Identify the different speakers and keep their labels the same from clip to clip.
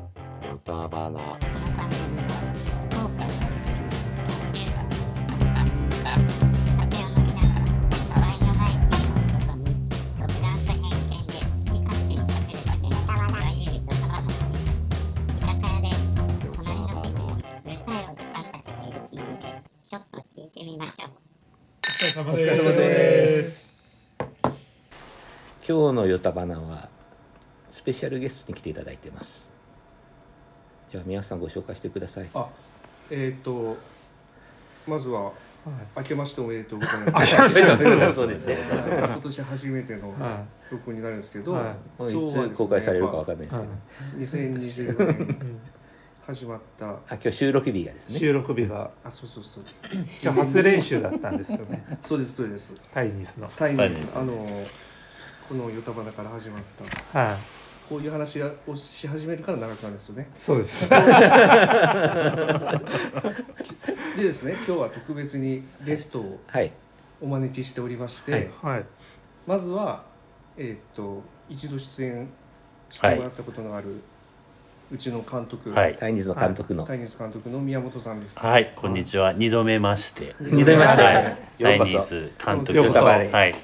Speaker 1: 歌花
Speaker 2: この番組は福岡に移住10代13人が酒を飲みながら笑いのない議論をもとに独断と偏見で好き勝手にしゃべるだけのいわゆる歌話です居酒屋で隣の席にうるさいおじさんたちがいるつもりでちょっと聞いてみましょう
Speaker 3: お疲
Speaker 4: お疲
Speaker 3: れ様
Speaker 4: れ様
Speaker 3: で。
Speaker 4: です今日のヨタバナはスペシャルゲストに来ていただいてますじゃあ皆さんご紹介してください
Speaker 5: あ、えっ、とまずは、明けましておめでとうございます。
Speaker 4: そうですね
Speaker 5: 今年初めての
Speaker 3: は
Speaker 5: 録音になるんですけど、
Speaker 3: はい
Speaker 4: いつ
Speaker 5: 今日はですね、
Speaker 4: 公開されるかわかん
Speaker 5: い。
Speaker 4: ないです
Speaker 3: い
Speaker 4: けど、
Speaker 5: 2020年始まった。
Speaker 4: あ今日収録日がですね
Speaker 3: 収録日が
Speaker 5: あ、そうそ うそう。
Speaker 3: 今日初練習だったんですよね。
Speaker 5: そうですそうです。
Speaker 3: タイニースの。
Speaker 5: タイミ
Speaker 4: タイミング
Speaker 5: あのこのヨタバナから始まった
Speaker 3: はい。
Speaker 5: こういう話をし始めるから長くなるんですよね。
Speaker 3: そうです。
Speaker 5: でですね、今日は特別にゲストを
Speaker 4: はい
Speaker 5: お招きしておりまして、
Speaker 4: はい
Speaker 3: はい。
Speaker 5: まずは、えー、と一度出演してもらったことのある、うちの監督、
Speaker 6: はい。
Speaker 4: タイニーズの監督の、
Speaker 5: タイニーズ監督の宮本さんです。
Speaker 6: はい、こんにちは。二度目まして。
Speaker 4: 二度目まして
Speaker 6: はい。
Speaker 4: よ
Speaker 6: ラ
Speaker 4: う
Speaker 6: イ
Speaker 4: こ
Speaker 6: ニ
Speaker 4: そ
Speaker 6: ーズ監督
Speaker 5: ようこそ
Speaker 6: はい。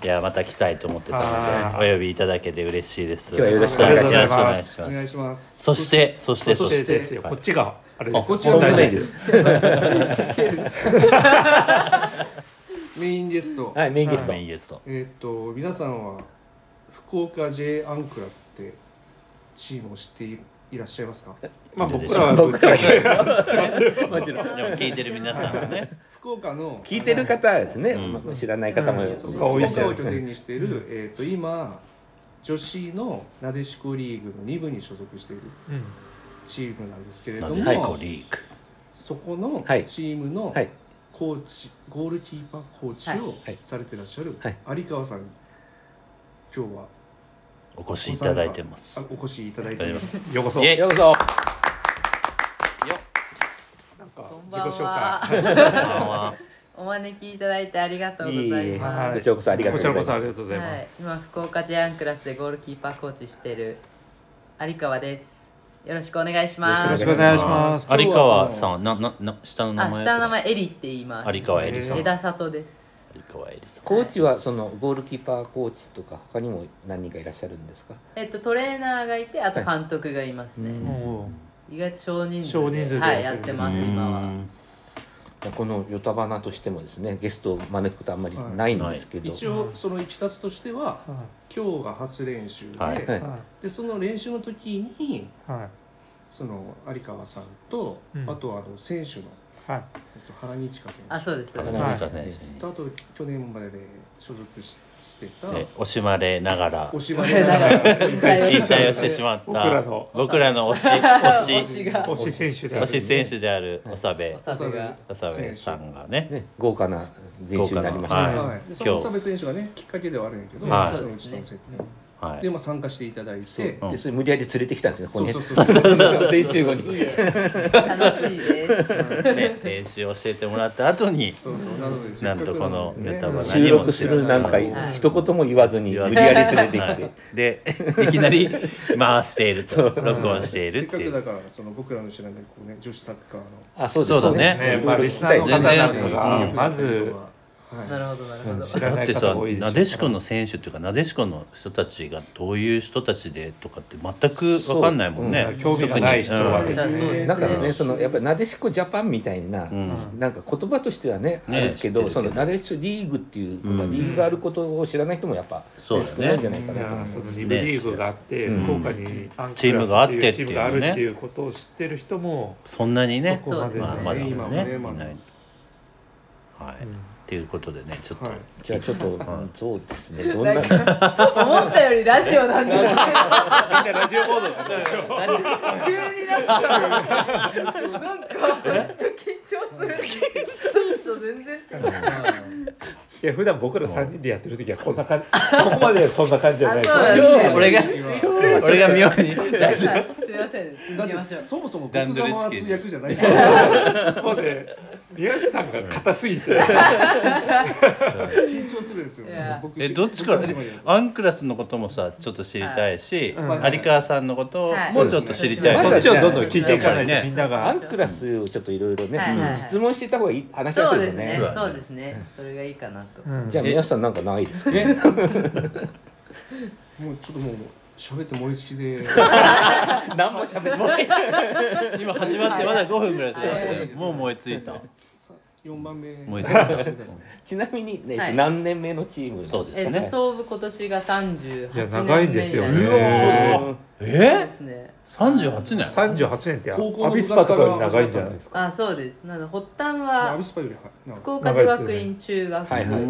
Speaker 6: いや、また来たいと思ってた
Speaker 3: あ
Speaker 6: の
Speaker 3: ー
Speaker 6: で、お呼びいただけで嬉しいです。
Speaker 4: 今日はよろしくお願いします
Speaker 6: よろくお願いし
Speaker 5: お
Speaker 6: ま
Speaker 5: 願いします。
Speaker 6: す。そして、そして、
Speaker 3: そ
Speaker 6: そ
Speaker 3: して
Speaker 6: し
Speaker 3: ですよ。
Speaker 6: て。
Speaker 3: こっちがあれ
Speaker 5: そ
Speaker 3: で
Speaker 5: し
Speaker 3: す。
Speaker 5: てこち
Speaker 4: 本
Speaker 5: らが
Speaker 4: 当
Speaker 5: で。
Speaker 4: です
Speaker 5: メインゲスト、
Speaker 4: はいメインゲスト、
Speaker 6: メインゲスト。
Speaker 5: えっ、と皆さんは福岡 J アンクラスってチームを知っていらっしゃいますか？
Speaker 3: まあ僕らはぶっちゃけ
Speaker 4: もちろん
Speaker 6: でも聞いてる皆さんもね。
Speaker 5: 福岡の
Speaker 4: 聞いてる方はですね、
Speaker 6: う
Speaker 4: 知らない方も、
Speaker 3: うん
Speaker 5: そう
Speaker 3: が多
Speaker 5: そう
Speaker 3: いで
Speaker 5: 福
Speaker 3: すよ
Speaker 5: 岡を拠点にしている、えっ、と今女子のなでしこリーグの2部に所属している
Speaker 3: うん
Speaker 5: チームなんですけれど
Speaker 6: な
Speaker 5: も、
Speaker 6: でしこリーク。
Speaker 5: そこの
Speaker 4: はい
Speaker 5: チームの
Speaker 4: はい
Speaker 5: コーチ、ゴールキーパーコーチを
Speaker 4: はい
Speaker 5: されてらっしゃる
Speaker 4: はい
Speaker 5: 有川さんに今日は
Speaker 6: お越しいただいてます
Speaker 5: あ。お越しいただいています。
Speaker 3: ようこそ。
Speaker 6: イ
Speaker 3: 自
Speaker 6: エ
Speaker 4: ようこそ
Speaker 3: 己紹介。
Speaker 6: こんばんは
Speaker 7: お招きいただいてありがとうご
Speaker 4: い
Speaker 7: ざ
Speaker 4: えい
Speaker 7: い
Speaker 4: え
Speaker 7: ま
Speaker 4: こちらこそありがとうございます
Speaker 3: こちらこそありがとうご
Speaker 7: す。
Speaker 3: ざい
Speaker 7: は
Speaker 3: ま
Speaker 7: い
Speaker 3: す。、
Speaker 7: 今福岡ジェアンクラスでゴールキーパーコーチしてる有川です。よろしくお願いし
Speaker 3: よ
Speaker 7: ま
Speaker 3: ろ
Speaker 7: す。
Speaker 3: しくお願いします。
Speaker 6: 有川さん、な、な、な、下の名
Speaker 7: あ、
Speaker 6: 前。
Speaker 7: 下の名。前エリって言います。
Speaker 6: 有川えりさん。有
Speaker 7: 枝里です。
Speaker 6: 川えりさん。
Speaker 4: コーチはそのゴールキーパーコーチとか他にも何人かいらっしゃるんですか
Speaker 7: えっとトレーナーがいて、あと監督がいますね。
Speaker 3: も
Speaker 7: 意外と少人数で
Speaker 3: 少人数で
Speaker 7: はい、やってます今
Speaker 6: う
Speaker 7: は。
Speaker 6: ん
Speaker 4: このヨタバナとしてもですねゲストを招くことはあんまりないんですけど、
Speaker 5: 一応その一冊としては
Speaker 3: う。は
Speaker 5: 今日が初練習で、
Speaker 6: はい
Speaker 4: はい
Speaker 3: い。は
Speaker 5: でその練習の時に
Speaker 3: い。はい
Speaker 5: その有川さんと、
Speaker 3: うん
Speaker 5: あとあの選手の
Speaker 3: はい。
Speaker 5: えっと原日香選手
Speaker 7: あ、そうです。そうです
Speaker 4: は
Speaker 6: 話しかない
Speaker 5: とあと去年までで所属ししてた
Speaker 6: で惜しまれながら
Speaker 5: お芝居ながら引退
Speaker 6: 引
Speaker 5: し
Speaker 6: 退をしてしまった
Speaker 3: 僕らの
Speaker 6: 僕ら の推し推
Speaker 7: 推
Speaker 6: し
Speaker 7: しが
Speaker 3: 推し選手である
Speaker 6: 推し選手である長部
Speaker 7: おさべが。
Speaker 6: 長部さんがね
Speaker 4: ね、豪華な練習になりました、
Speaker 3: 豪華
Speaker 4: ね
Speaker 3: な
Speaker 5: はい、でその長部選手がねきっかけではあるんやけど、
Speaker 6: はい
Speaker 5: そのうちの選手ね
Speaker 6: は
Speaker 5: で
Speaker 6: い
Speaker 5: まあ参加していただいて
Speaker 6: うん
Speaker 4: でそれ無理やり連れてきたんですねここ
Speaker 5: そう
Speaker 4: に
Speaker 5: そうそうそう
Speaker 4: 練習後
Speaker 7: いい
Speaker 4: に
Speaker 7: え、楽しいです。
Speaker 6: ね練習を教えてもらった後に
Speaker 5: そうそうなので
Speaker 6: なんとこの
Speaker 5: せっ
Speaker 6: ネ
Speaker 5: か
Speaker 6: タ
Speaker 5: くなので
Speaker 6: バナに
Speaker 4: 収録するなんか
Speaker 7: はい
Speaker 4: 一言も言わずに無理やり連れてきて
Speaker 6: はいでいきなり回していると
Speaker 4: そう
Speaker 6: 録音してい
Speaker 5: せっ
Speaker 6: るって
Speaker 5: か
Speaker 6: い
Speaker 5: くだ
Speaker 6: う
Speaker 5: からその僕らの知らないこうね女子サッカーの
Speaker 4: あそうです
Speaker 6: そうだね
Speaker 3: ね
Speaker 4: い
Speaker 3: ま
Speaker 4: ろいろ
Speaker 3: あリ
Speaker 4: 聞
Speaker 3: ス
Speaker 4: き
Speaker 3: ナ
Speaker 4: た
Speaker 3: ー
Speaker 4: いで
Speaker 3: の
Speaker 4: す
Speaker 3: 方
Speaker 4: ね
Speaker 6: 全然
Speaker 3: なんかが
Speaker 5: うん
Speaker 3: まず
Speaker 5: はい
Speaker 7: なるほど、なるほど。
Speaker 3: 知ら
Speaker 6: だ
Speaker 3: な
Speaker 6: っ
Speaker 3: い
Speaker 6: てさ
Speaker 3: 方が多いでしょう
Speaker 6: なでしこの選手っていうかなでしこの人たちがどういう人たちでとかって全く分かんないもんね
Speaker 3: そう興味がない人は
Speaker 6: 特にうん
Speaker 7: だそうです
Speaker 4: なんかねそのやっぱりなでしこジャパンみたいな、
Speaker 6: ん
Speaker 4: なんか言葉としてはねあ
Speaker 6: ね
Speaker 4: るけ
Speaker 6: 知ってるけ
Speaker 4: ど
Speaker 6: ど
Speaker 4: そのなでしこリーグっていうことは
Speaker 6: うん
Speaker 4: リーグがあることを知らない人もやっぱ、ね
Speaker 6: そうだね
Speaker 4: 少ないんじゃないか
Speaker 3: い
Speaker 4: なと思い
Speaker 3: や
Speaker 4: ます
Speaker 3: その2部リーグがあって、
Speaker 4: うん
Speaker 3: 福岡にアンクラス
Speaker 6: チームがあってっていうね
Speaker 3: チームがあるっていうことを知ってる人も、
Speaker 6: そんなにね
Speaker 3: そこまで
Speaker 6: まあまだねい
Speaker 5: 今もねまだ
Speaker 6: ないはい
Speaker 3: うん
Speaker 6: っていうことでねちょっと
Speaker 5: はい
Speaker 4: じゃあちょっと、
Speaker 6: ん
Speaker 4: そうですねどんな
Speaker 7: なん思ったよりラジオなんですけど
Speaker 3: みんなラジオモードだったでしょ
Speaker 7: 急になんかなんかめっちゃ緊張するちょっと全然違う
Speaker 3: いや普段僕ら3人でやってる時はこんな感じここまでそんな感じじゃないです
Speaker 7: あそうだ
Speaker 3: よ
Speaker 7: ね
Speaker 6: 俺が俺が妙に
Speaker 7: はいすみまのせいで
Speaker 5: だって
Speaker 7: 行きましょう
Speaker 5: そもそも僕
Speaker 6: 段取
Speaker 5: が
Speaker 6: り
Speaker 5: 回
Speaker 6: 式
Speaker 5: す役じゃないですから
Speaker 3: もうね宮内さんが硬すぎて
Speaker 5: 緊張するんですよ
Speaker 7: いや
Speaker 5: 僕
Speaker 6: えどっちから
Speaker 5: 僕始まりだ
Speaker 6: アンクラスのこともさちょっと知りたいし、
Speaker 5: はい
Speaker 6: 有川さんのこと
Speaker 7: はい
Speaker 6: もうちょっと知りたい、
Speaker 7: はい
Speaker 3: そっちをどんどん聞いていかない
Speaker 6: や
Speaker 3: と
Speaker 6: っぱり
Speaker 3: みん
Speaker 6: ね
Speaker 3: な
Speaker 4: ア
Speaker 3: が
Speaker 4: ンクラスをちょっといろいろね、
Speaker 7: はいはいはい
Speaker 4: 質問していった方がいい話しやす
Speaker 7: そ
Speaker 4: いうで
Speaker 7: ですす
Speaker 4: ね
Speaker 7: ね。そうですね。それがいいかなと。
Speaker 3: うん
Speaker 4: じゃあ皆さんなんかないですか
Speaker 5: もうちょっともう喋って燃え尽きで
Speaker 4: 何も喋ってない
Speaker 6: 今始まってまだ5分ぐらいですよ、
Speaker 5: はい
Speaker 6: もう燃えついた、
Speaker 5: さ四番目
Speaker 6: 燃え尽きた
Speaker 5: させてください
Speaker 4: ちなみにね、
Speaker 7: はい
Speaker 4: 何年目のチームなん
Speaker 6: そうです
Speaker 7: えっ
Speaker 6: ね
Speaker 7: と総部今年が三十
Speaker 3: いや
Speaker 7: 八
Speaker 3: 長
Speaker 7: 年目
Speaker 3: い
Speaker 7: に
Speaker 3: んで
Speaker 7: なり
Speaker 3: すよ
Speaker 7: ます
Speaker 3: ね
Speaker 4: うわ
Speaker 7: そう
Speaker 6: え
Speaker 7: ですね。
Speaker 6: 38年
Speaker 3: 三十八年ってア
Speaker 5: 高校の
Speaker 3: ビスパとかより長いんじゃないですか
Speaker 7: あ、そうです。なので発端
Speaker 5: まあア
Speaker 7: は
Speaker 5: ビスパよりはなん
Speaker 7: 福
Speaker 5: か
Speaker 7: 岡女学院中学
Speaker 4: はいはい
Speaker 7: 高校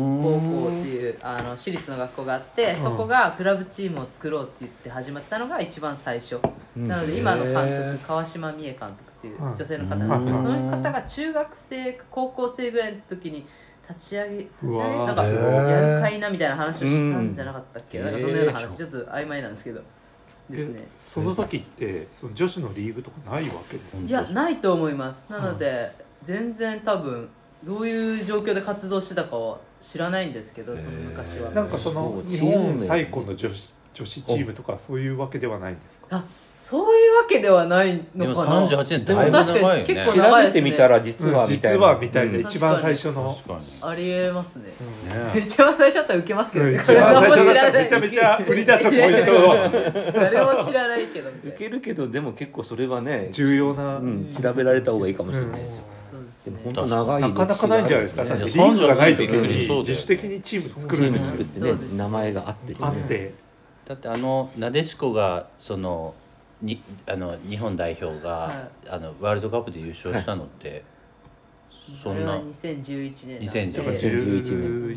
Speaker 7: っていうあの私立の学校があって、そこがクラブチームを作ろうって言って始まったのが一番最初。なので今の監督川島美恵監督っていう
Speaker 3: はい
Speaker 7: 女性の方なんですけど、
Speaker 3: うん
Speaker 7: その方が中学生か高校生ぐらいの時に立ち上げ立
Speaker 3: う
Speaker 7: ち上げ
Speaker 3: わー
Speaker 7: なんか
Speaker 3: へ
Speaker 7: やるかいなみたいな話をしたんじゃなかったっけ、
Speaker 4: うん
Speaker 7: なんかそんなような
Speaker 4: へー
Speaker 7: 話ちょっと曖昧なんですけどですね
Speaker 3: えその時ってその女子のリーグとかないわけですね
Speaker 7: いやないと思いますなので、全然多分どういう状況で活動してたかは知らないんですけどその昔は、
Speaker 3: なんかその
Speaker 4: そう
Speaker 3: 日
Speaker 4: チーム名
Speaker 3: 本最古の女子女子チームとかそういうわけではないんですか
Speaker 7: あそういうわけではない
Speaker 6: でも
Speaker 7: のかな
Speaker 6: 38年だいぶ
Speaker 7: 確
Speaker 6: 長い
Speaker 7: かに
Speaker 6: よ
Speaker 7: 結
Speaker 6: ね
Speaker 7: 構
Speaker 4: 調べ
Speaker 7: 長いです
Speaker 4: て
Speaker 7: ね
Speaker 4: みたら実
Speaker 3: うん
Speaker 4: はみたいな、
Speaker 3: 実はみたいな
Speaker 7: うん
Speaker 3: 一番最初の
Speaker 6: 確かに
Speaker 7: ありえますね
Speaker 3: うん
Speaker 6: ね
Speaker 7: 一番最初だったら受けますけど
Speaker 3: うん
Speaker 7: ね
Speaker 3: 一番最初だったら
Speaker 7: 誰も
Speaker 3: め
Speaker 7: 知
Speaker 3: ちゃ
Speaker 7: ら
Speaker 3: め
Speaker 7: ない
Speaker 3: ちゃ売り出すポイントを
Speaker 7: 誰も知らないけどみ
Speaker 4: 受
Speaker 7: たいな
Speaker 4: けるけどでも結構それはね、
Speaker 3: 重要な、
Speaker 4: うん、調べられた方がいいかもしれないですよ、
Speaker 7: そうです
Speaker 4: でも
Speaker 7: ね
Speaker 4: 本当長い
Speaker 3: なかなかないんじゃないですか、
Speaker 4: 歴
Speaker 3: だってリ
Speaker 6: いや
Speaker 3: ーグがない時
Speaker 6: 38年
Speaker 3: に
Speaker 6: そうだよね
Speaker 3: 自主的にチーム作
Speaker 4: 史が
Speaker 3: る
Speaker 4: ある
Speaker 3: ん
Speaker 4: チー
Speaker 3: で
Speaker 4: ム
Speaker 3: す
Speaker 4: 作って
Speaker 3: よ
Speaker 7: そうです
Speaker 4: ね名前があってね
Speaker 3: あって
Speaker 6: だってあのなでしこがそのにあの日本代表が、
Speaker 7: は
Speaker 6: あのワールドカップで優勝したのって、そ
Speaker 7: それ
Speaker 6: ん
Speaker 7: は
Speaker 6: な
Speaker 7: 2011年な
Speaker 3: だ
Speaker 6: 2011
Speaker 7: んで
Speaker 3: から
Speaker 4: 年
Speaker 3: 11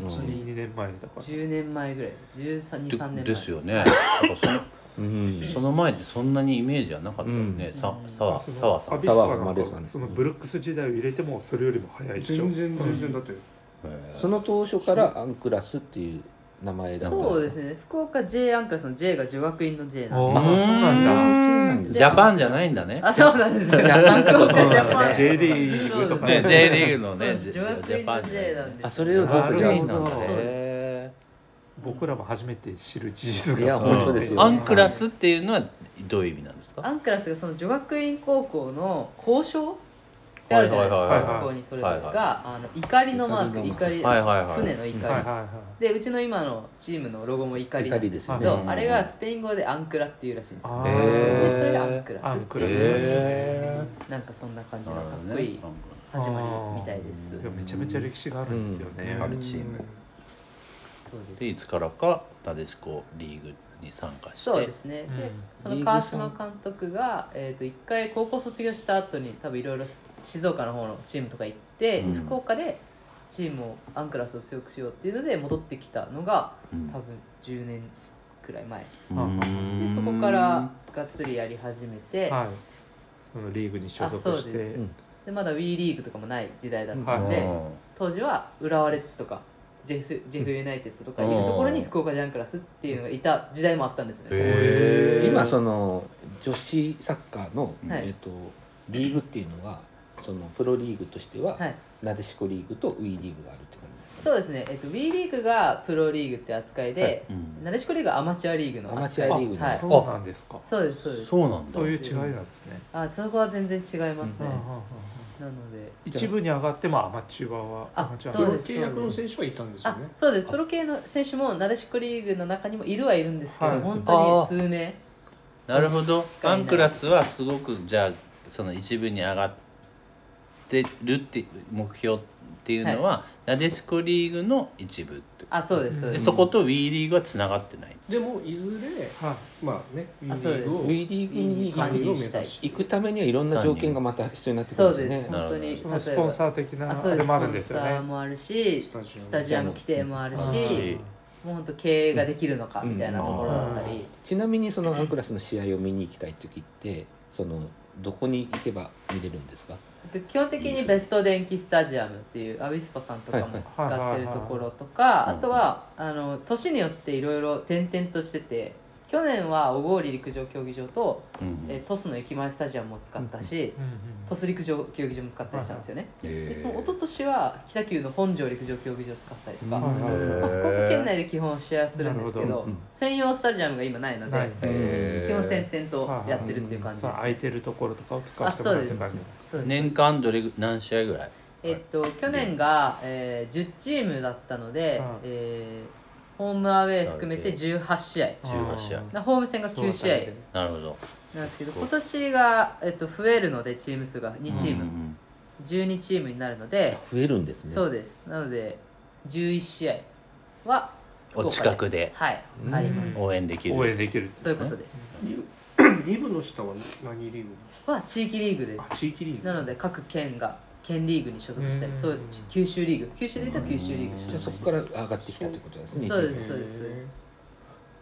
Speaker 4: 11
Speaker 3: 年2年前だから
Speaker 7: 10年前ぐらいです13 2 3年前
Speaker 6: ですよね。だからその
Speaker 4: うん
Speaker 6: その前ってそんなにイメージはなかったよね。ささわさわさ
Speaker 3: ア
Speaker 6: ん。
Speaker 3: ビスパ
Speaker 4: 沢
Speaker 3: なん
Speaker 4: 丸さ
Speaker 3: か
Speaker 4: ん
Speaker 3: そのブルックス時代を入れてもそれよりも早いでしょ
Speaker 5: 全然全然だって
Speaker 4: その当初からアンクラスっていう名前だった
Speaker 7: そうですね福岡 J アンクラスの J が女学院の J なん
Speaker 3: お
Speaker 7: で
Speaker 3: ーそうなんだ
Speaker 4: なんです
Speaker 6: ジャパンじゃないんだね。
Speaker 7: あそうなんですよ
Speaker 4: ジャパンと
Speaker 7: 福
Speaker 4: か
Speaker 7: 岡ジャ
Speaker 4: そう
Speaker 7: パ
Speaker 4: で
Speaker 7: ン
Speaker 4: す
Speaker 3: J リーグとか
Speaker 7: そう
Speaker 6: ね
Speaker 7: で
Speaker 6: J リーグのね
Speaker 7: そうです女学院の J なんです
Speaker 4: あそれをずっとじ
Speaker 6: ジ
Speaker 4: ゃ
Speaker 6: ャ
Speaker 4: あ
Speaker 6: パンなんだ
Speaker 7: そうで
Speaker 6: ね。
Speaker 3: 僕らも初めて知る事実
Speaker 4: いや
Speaker 3: が
Speaker 4: 本当ですよ
Speaker 6: アンクラスっていうのはどういう意味なんですか。
Speaker 7: アンクラスがその女学院高校の校章ってあるじゃないです
Speaker 6: はいはいはい
Speaker 3: は
Speaker 7: か
Speaker 3: い
Speaker 7: 高校にそれぞれ
Speaker 6: はいは
Speaker 7: があの怒りのマーク怒り
Speaker 6: はいはいはい
Speaker 7: 船の怒
Speaker 3: はいはい
Speaker 7: り
Speaker 3: は
Speaker 7: でうちの今のチームのロゴも怒りなん
Speaker 4: 怒り
Speaker 7: で
Speaker 4: です
Speaker 7: す
Speaker 4: よ
Speaker 7: け
Speaker 3: ね
Speaker 7: どあれがスペイン語でアンクラっていうらしいんですよ
Speaker 3: あー
Speaker 7: で
Speaker 6: へー
Speaker 7: それがアンクラ
Speaker 3: ア
Speaker 7: スっ
Speaker 3: ンク
Speaker 7: て
Speaker 3: ラス
Speaker 7: いう
Speaker 6: へ
Speaker 7: なんかそんな感
Speaker 6: ー
Speaker 7: じのかっこいい
Speaker 6: なるほどね
Speaker 7: 始まりみたいです
Speaker 3: いいやめちゃめちゃ歴史があるんですよね、
Speaker 6: うんあるチーム
Speaker 7: そう
Speaker 6: でい
Speaker 7: です
Speaker 6: つからかなでしこリーグに参加して
Speaker 7: そうですね
Speaker 3: うん
Speaker 7: でその川島監督がえーと一回高校卒業した後に多分いろいろ静岡の方のチームとか行って
Speaker 6: うん
Speaker 7: で福岡でチームをアンクラスを強くしようっていうので戻ってきたのが
Speaker 6: うん
Speaker 7: 多分10年くらい前
Speaker 6: うーん
Speaker 7: でそこからがっつりやり始めて
Speaker 3: はいそのリーグに所属
Speaker 7: あそ
Speaker 3: し
Speaker 7: うで
Speaker 3: て
Speaker 7: すでまだ WE リーグとかもない時代だった
Speaker 6: うんん
Speaker 7: で、当時は浦和レッズとかジェフジェフユナイテッドとかいるところに福岡ジャンクラスっていうのがいた時代もあったんですよね。
Speaker 6: へー
Speaker 4: 今その女子サッカーの、
Speaker 7: はい
Speaker 4: えっとリーグっていうのはそのプロリーグとしては、
Speaker 7: はい、
Speaker 4: なでしこリーグとウィーリーグがあるって感じですか
Speaker 7: そうですね、えっと、WE リーグがプロリーグって扱いで、
Speaker 6: うん
Speaker 7: なでしこリーグはアマチュアリーグの扱い
Speaker 4: アマチュアリーグの
Speaker 7: はい
Speaker 3: そ、うなんですか
Speaker 7: そうですそうです
Speaker 6: そうなんだ
Speaker 3: そういう違いなんですね
Speaker 7: あそこは全然違いますね、
Speaker 3: うんうんうん
Speaker 7: なので
Speaker 3: 一部に上がってもアマチュアは
Speaker 7: あ
Speaker 3: アマチュア
Speaker 7: そうです
Speaker 5: 契約の選手はいたんですよ
Speaker 7: あ
Speaker 5: ね
Speaker 7: そうですプロ系の選手もなでしこリーグの中にもいるはいるんですけど、
Speaker 3: はい
Speaker 7: 本当に数名
Speaker 6: なるほど
Speaker 7: かい
Speaker 6: ア
Speaker 7: ない
Speaker 6: ンクラスはすごくじゃあその一部に上がってるって目標っていうのは、なでしこリーグの一部って
Speaker 7: あそうですそう
Speaker 6: で
Speaker 7: です、
Speaker 6: そことウィーリーグはつながってない
Speaker 5: でもいずれ
Speaker 3: はい
Speaker 5: まあねウィ
Speaker 7: あそう
Speaker 5: ー
Speaker 7: で
Speaker 5: リ
Speaker 7: す
Speaker 5: ーグを
Speaker 4: ウィーリーグに
Speaker 7: 参入したい
Speaker 4: 行くためにはいろんな条件がまた必要になってく
Speaker 7: そ
Speaker 4: るん
Speaker 7: う
Speaker 4: です
Speaker 7: で
Speaker 4: ね
Speaker 7: す本当に例
Speaker 3: そのスポンサー的な
Speaker 7: あそ
Speaker 3: あ
Speaker 7: う
Speaker 3: れ
Speaker 7: です
Speaker 3: もあるんで
Speaker 7: ス
Speaker 3: す
Speaker 7: ポン
Speaker 3: よ
Speaker 7: サ
Speaker 3: ね
Speaker 7: ーもあるし
Speaker 5: スタジアム
Speaker 7: スタジアム規定もあるし
Speaker 3: あー
Speaker 7: もう本当経営ができるのかみたいなところだったり、
Speaker 4: ちなみにそのアンクラスの試合を見に行きたい時ってそのどこに行けば見れるんですか
Speaker 7: あと基本的にベスト電気スタジアムっていうアビスパさんとかも
Speaker 4: はいはい
Speaker 7: 使ってるところと
Speaker 6: いはい
Speaker 7: かあとはあの年によっていろいろ転々としてて去年は小郡陸上競技場と、
Speaker 6: うん
Speaker 7: えー鳥栖の駅前スタジアムも使ったし
Speaker 3: うん
Speaker 7: 鳥栖陸上競技場も使ったりしたんですよね、
Speaker 6: え
Speaker 7: でその一昨年は北九の本庄陸上競技場使ったりとか、
Speaker 3: うんはいはい
Speaker 7: まあ、福岡県内で基本試合するんですけ
Speaker 3: なる
Speaker 7: ど専用スタジアムが今ないので、
Speaker 3: ない
Speaker 6: えー
Speaker 7: 基本点々とやってるっていう感じ
Speaker 3: さ
Speaker 7: で
Speaker 3: あ
Speaker 7: す、
Speaker 3: 空い
Speaker 7: ね
Speaker 3: てるところとかを使ってもらってたんじ
Speaker 7: そうです
Speaker 6: 年間どれぐ何試合ぐらい
Speaker 7: えっと、去年が、えー、10チームだったので、
Speaker 3: うん
Speaker 7: えーホームアウェー含めて18試合
Speaker 3: ゃ
Speaker 6: はい
Speaker 3: ない
Speaker 6: 18試合
Speaker 7: なホーム戦が9試合
Speaker 6: なるほど
Speaker 7: なんですけど今年が、えっと、増えるのでチーム数が2チーム、
Speaker 6: ム
Speaker 7: 12チームになるので、
Speaker 4: 増えるんですね
Speaker 7: そうですなので11試合は
Speaker 6: お近くで
Speaker 7: はいあります
Speaker 6: 応援でき
Speaker 3: 応
Speaker 6: る
Speaker 3: 援できる
Speaker 7: そういうことです
Speaker 5: 二部の下は何リーグなんです
Speaker 7: は地域リーグです
Speaker 5: かあ地域リーグ
Speaker 7: なので各県が県リーグに所属したり
Speaker 3: うん
Speaker 7: そう九州リーグ九州で言ったら九州リーグに所
Speaker 4: じゃあそ
Speaker 7: 属し
Speaker 4: こ
Speaker 7: た
Speaker 4: か
Speaker 7: り
Speaker 4: ら上がってきたってことですね
Speaker 7: そうで
Speaker 4: 一
Speaker 7: すそうですそうです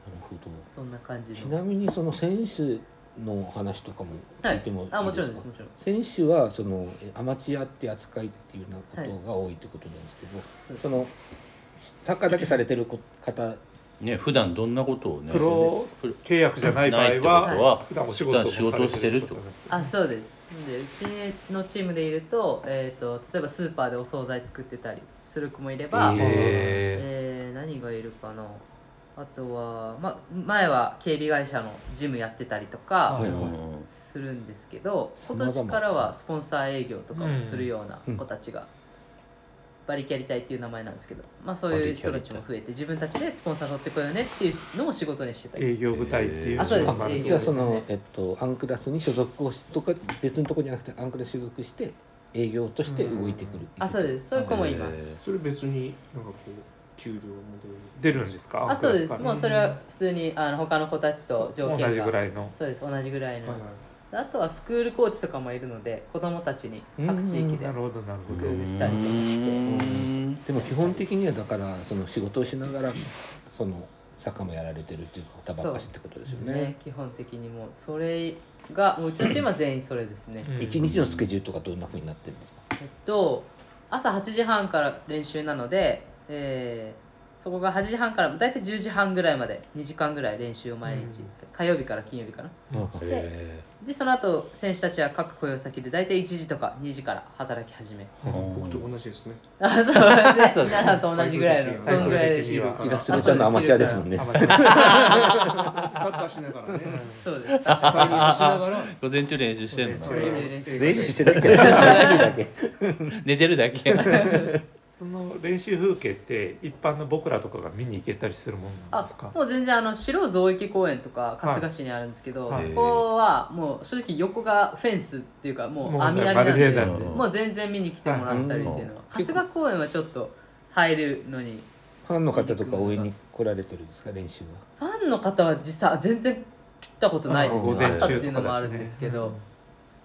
Speaker 4: 時なるほど
Speaker 7: そんな感じ
Speaker 4: ち
Speaker 7: の
Speaker 4: なみにその選手の話とかも
Speaker 7: は
Speaker 4: 聞い
Speaker 7: い
Speaker 4: てもいいですか、
Speaker 7: あもちろんですもちろ
Speaker 4: 選
Speaker 7: ん
Speaker 4: 手はそのえアマチュアって扱いっていうようなことが多いってことなんですけど、
Speaker 7: そうです
Speaker 4: そのサッカーだけされてるこ方
Speaker 6: ね普段どんなことをね
Speaker 3: プロ
Speaker 6: プロ
Speaker 3: 契約じゃない場合
Speaker 6: ないってこと
Speaker 3: は
Speaker 6: は
Speaker 3: 普段お仕
Speaker 6: 普段
Speaker 3: 事
Speaker 6: 仕事をしてるってこと
Speaker 7: あそうですでうちのチームでいると,、えー、と例えばスーパーでお惣菜作ってたりする子もいれば、
Speaker 6: へー
Speaker 7: えー何がいるかなあとは、ま、前は警備会社のジムやってたりとか
Speaker 3: はい
Speaker 6: うん
Speaker 7: するんですけど、
Speaker 4: 様
Speaker 7: 今
Speaker 4: 々
Speaker 7: 年からはスポンサー営業とかもするような子たちが、バリキャリ隊っていう名前なんですけど、まあ、そういう人たちも増えて自分たちでスポンサー取ってこようねっていうのも仕事にしてたり
Speaker 3: 営業部隊っていう
Speaker 7: あそうです
Speaker 3: まあ
Speaker 7: 営業
Speaker 4: じゃあそ
Speaker 7: そう
Speaker 4: の
Speaker 7: です、
Speaker 4: えっと、アンクラスに所属をしとか別のとこじゃなくてアンクラスに所属して営業として動いてくる、
Speaker 7: あそうですすそういう子もいます、
Speaker 5: それ別になんかこう給料もどういう
Speaker 3: 出るんですか
Speaker 7: あそうです
Speaker 3: クラ
Speaker 7: もう
Speaker 3: ス
Speaker 7: そ
Speaker 3: から
Speaker 7: れは普通にあの他の子たちと条件が
Speaker 3: 同じぐらいの
Speaker 7: そうです同じぐらいの、
Speaker 5: はいはい
Speaker 7: あとはスクールコーチとかもいるので子どもたちに各地域で
Speaker 3: なるほどなるほ
Speaker 7: ス
Speaker 3: ど
Speaker 7: クールしたりとかして、
Speaker 6: うん
Speaker 4: でも基本的にはだからその仕事をしながらそのサッカーもやられてるっていう方ばっかしってことですよね
Speaker 7: ね基本的にもうそれがもううちのチームは全員それですね、
Speaker 3: うん
Speaker 4: 一日のスケジュールとかどんなふうになってるんですか、
Speaker 7: えっと朝8時半から練習なので、えーそこが8時半から大体10時半ぐらいまで2時間ぐらい練習を毎日、
Speaker 3: うん
Speaker 7: 火曜日から金曜日かな
Speaker 4: う
Speaker 6: へ
Speaker 7: でその後選手たちは各雇用先で大体1時とか2時から働き始め
Speaker 6: ー
Speaker 5: 僕と同じですね
Speaker 7: あ そうですね皆さんと同じぐら
Speaker 5: 最
Speaker 7: いの
Speaker 5: 高
Speaker 7: そのぐらいで
Speaker 3: 最
Speaker 7: す
Speaker 3: 高
Speaker 4: ん、イラストレーターのアマチュアですもんね
Speaker 3: あまあ
Speaker 5: サッカーしながらね
Speaker 7: そうで
Speaker 5: 対立
Speaker 7: す
Speaker 5: しながら
Speaker 6: 午前中練習してんの
Speaker 7: 中練習練習
Speaker 4: 練習してないけど知らないだけ
Speaker 6: 寝てるだけ
Speaker 3: その練習風景って一般の僕らとかが見に行けたりするもんなん
Speaker 7: あ
Speaker 3: ですか
Speaker 7: もう全然あの白増池公園とか春日市にあるんですけど、
Speaker 3: はい
Speaker 7: そこはもう正直横がフェンスっていうかもう
Speaker 3: もう
Speaker 7: 網網なんで
Speaker 3: 丸見えなん
Speaker 6: で
Speaker 7: もう全然見に来てもらったりっていうのは、
Speaker 4: はい
Speaker 7: 春日公園はちょっと入るのに
Speaker 4: ファンの方とか応援に来られてるんですか練習は
Speaker 7: ファンの方は実際全然来たことないです
Speaker 4: うん
Speaker 7: ね
Speaker 4: 午前中
Speaker 7: 朝っていうのもあるんですけど、
Speaker 3: とか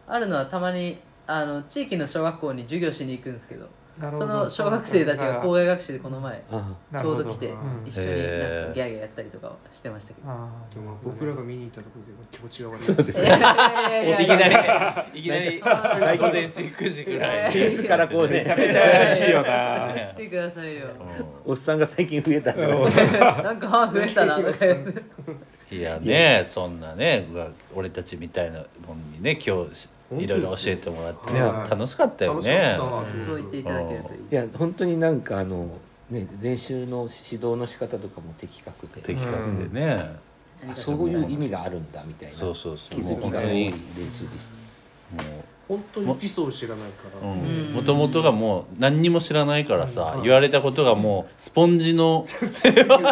Speaker 7: あるのはたまにあの地域の小学校に授業しに行くんですけど
Speaker 3: なるほ
Speaker 7: そ
Speaker 3: ど
Speaker 7: の小学生たちが校営学習でこの前
Speaker 4: あ
Speaker 3: な
Speaker 7: ち
Speaker 3: る
Speaker 7: ょ
Speaker 3: ほ
Speaker 7: うど来て
Speaker 3: うん
Speaker 7: 一緒になん
Speaker 6: へ
Speaker 7: か
Speaker 6: ー
Speaker 7: ギャーギャーやったりとかはしてましたけど。
Speaker 3: あ
Speaker 5: でもまあ僕らが見に行ったところで気持ちが悪い
Speaker 4: そうです
Speaker 7: い
Speaker 4: ね
Speaker 7: やいやいや
Speaker 6: いき
Speaker 7: や
Speaker 6: なりいきなり
Speaker 7: 最
Speaker 6: 午前中9時ぐらい
Speaker 4: ースからこう
Speaker 3: めちゃ
Speaker 4: ね
Speaker 3: めちゃ優しいよな
Speaker 7: 来てくださいよ。
Speaker 4: おっさんが最近増えたとか
Speaker 7: なんかファン増えたなとか 言って。
Speaker 6: いやねそんなねうわ俺たちみたいなもんにね今日し
Speaker 5: 本当ですよ
Speaker 6: いろいろ教えてもらってね
Speaker 5: はい
Speaker 6: 楽しかったよ
Speaker 5: 楽しか
Speaker 6: ね
Speaker 5: ったわす
Speaker 7: そう
Speaker 5: ご
Speaker 7: 言ってい
Speaker 5: く
Speaker 7: ただけるといい。
Speaker 4: いや本当になんかあのね練習の指導の仕方とかも的確で
Speaker 6: 的確でね
Speaker 7: ありがと
Speaker 4: そういう意味があるんだみたいな
Speaker 6: そう
Speaker 4: 気
Speaker 6: そうそうも
Speaker 4: づ
Speaker 6: う
Speaker 4: き
Speaker 6: 本
Speaker 4: が
Speaker 6: 当
Speaker 4: 多い
Speaker 6: に
Speaker 4: 練習でした
Speaker 6: も
Speaker 5: 本当に基礎を知らないか
Speaker 6: う
Speaker 5: ら
Speaker 7: ん
Speaker 6: もともとがもう何にも知らないから
Speaker 5: う
Speaker 6: さ
Speaker 5: ん
Speaker 6: 言われたことがもうスポンジの
Speaker 4: めっ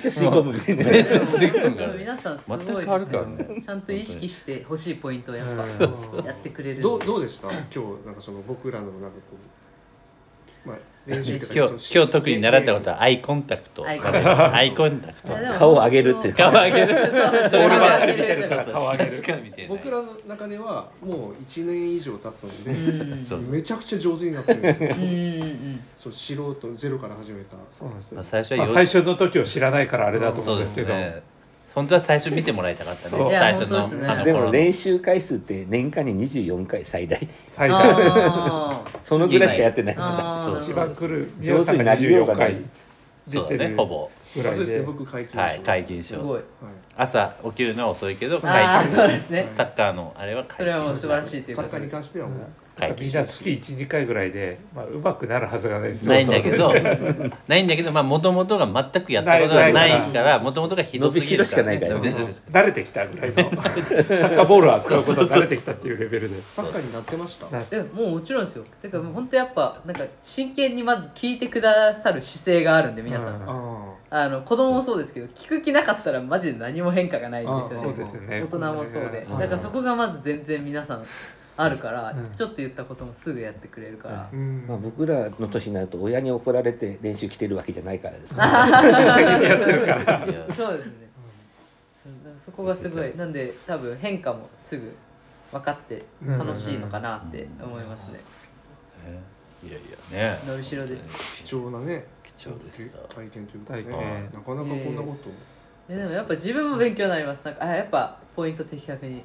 Speaker 4: ちゃ吸い込むみたいな
Speaker 6: 全然吸い込むか
Speaker 7: で
Speaker 6: ら
Speaker 7: も
Speaker 6: ね
Speaker 7: 皆さんすごい
Speaker 6: 全く変わる
Speaker 7: です
Speaker 6: から
Speaker 7: よ。
Speaker 6: ね
Speaker 7: ちゃんと意識してほしいポイントをやっ
Speaker 3: そう
Speaker 5: そう
Speaker 7: ぱやってくれる。
Speaker 5: どうどうでした今日なんかその僕らのなんかこうまあ練習とか
Speaker 6: 今日今日特に習ったこと
Speaker 5: は
Speaker 6: はアイコンタクト
Speaker 7: アイコンタク
Speaker 6: アイコンタク
Speaker 7: いやで
Speaker 6: ト
Speaker 7: も
Speaker 4: 顔を上げるっていう
Speaker 6: 顔上げる
Speaker 7: そう
Speaker 6: それは
Speaker 7: そう
Speaker 6: そうそう
Speaker 3: 顔上げる
Speaker 6: しか見てない
Speaker 5: 僕らの中ではもう1年以上経つの
Speaker 7: う
Speaker 5: で
Speaker 7: ん
Speaker 6: そうそう
Speaker 5: めちゃくちゃ上手になってるんですよ
Speaker 7: うんうんうん。
Speaker 5: そう素人ゼロから始めた
Speaker 3: そうなんですよ
Speaker 6: まあ最初は
Speaker 3: まあ
Speaker 6: 幼
Speaker 3: 最初の時を知らないからあれだと思
Speaker 6: そううん
Speaker 3: で
Speaker 6: ですす
Speaker 3: けど
Speaker 6: ね本当は最初見てもらいたかった
Speaker 3: そ
Speaker 6: ね
Speaker 3: う
Speaker 6: 最初
Speaker 7: いや本当ですね
Speaker 6: のあの
Speaker 4: で
Speaker 6: 頃
Speaker 4: も
Speaker 6: の
Speaker 4: 練習回数って年間に24回最大
Speaker 3: 最大
Speaker 7: あー
Speaker 4: そのぐらいしかやってないです
Speaker 7: あー
Speaker 6: そう
Speaker 7: なる
Speaker 3: 一
Speaker 7: ほど
Speaker 4: 上
Speaker 3: 番来る
Speaker 4: 手になりようがない
Speaker 3: 皆さんが24回出て
Speaker 6: そうだね
Speaker 3: る
Speaker 6: ほぼ
Speaker 3: ぐ
Speaker 5: あ
Speaker 3: ら
Speaker 5: そう
Speaker 3: い
Speaker 5: ですね
Speaker 3: で
Speaker 5: 僕解禁賞
Speaker 6: はい解
Speaker 5: 禁
Speaker 6: 禁
Speaker 7: す
Speaker 6: 賞
Speaker 7: ごい
Speaker 6: 朝起きるのは遅いけど
Speaker 7: ああ
Speaker 6: 解禁
Speaker 7: そうですね
Speaker 6: サッカーのあれは解
Speaker 7: それはもう
Speaker 6: 禁
Speaker 7: 素晴らしいというこ
Speaker 5: サッ
Speaker 7: と
Speaker 5: カーに
Speaker 7: で
Speaker 5: 関してはもう、
Speaker 6: 解禁
Speaker 3: みんな月12回ぐらいで、まあ、うまくなるはずがないですよ
Speaker 6: ないんだけどないんだけどまあもともとが全くやったことがないからもともとがひどすぎるからね
Speaker 4: 伸びしろしかないから
Speaker 6: 伸びしろしか
Speaker 3: 慣れてきたぐらいの サッカーボールを扱うことが慣れてきたっていうレベルで
Speaker 5: サッカーになってました
Speaker 3: な
Speaker 7: えもうもちろんですよてかもう本当やっぱなんか真剣にまず聞いてくださる姿勢があるんで皆さん、
Speaker 3: うん
Speaker 5: あ
Speaker 7: あの子供もそうですけど聞く気なかったらマジで何も変化がないんです
Speaker 5: あ
Speaker 3: そ
Speaker 5: ー
Speaker 7: よね
Speaker 3: うですよね
Speaker 7: 大人もそうで、
Speaker 4: うん
Speaker 7: だからそこがまず全然皆さんあるから、
Speaker 3: うん
Speaker 7: ちょっと言ったこともすぐやってくれるから
Speaker 5: あ、うん
Speaker 4: まあ、僕らの年になると親に怒られて練習来てるわけじゃないからですね
Speaker 6: ないいや
Speaker 7: そうですねそうだからそこがすごいなんで多分変化もすぐ分かって楽しいのかなって思いますね
Speaker 6: いやいやね
Speaker 7: 伸びしろです
Speaker 5: 貴重なね
Speaker 6: 貴重でした
Speaker 5: 体験というかね、
Speaker 3: 体験
Speaker 5: なかなかこんなこと、
Speaker 7: いやでもやっぱ自分も勉強になりますなんかあやっぱポイント的確に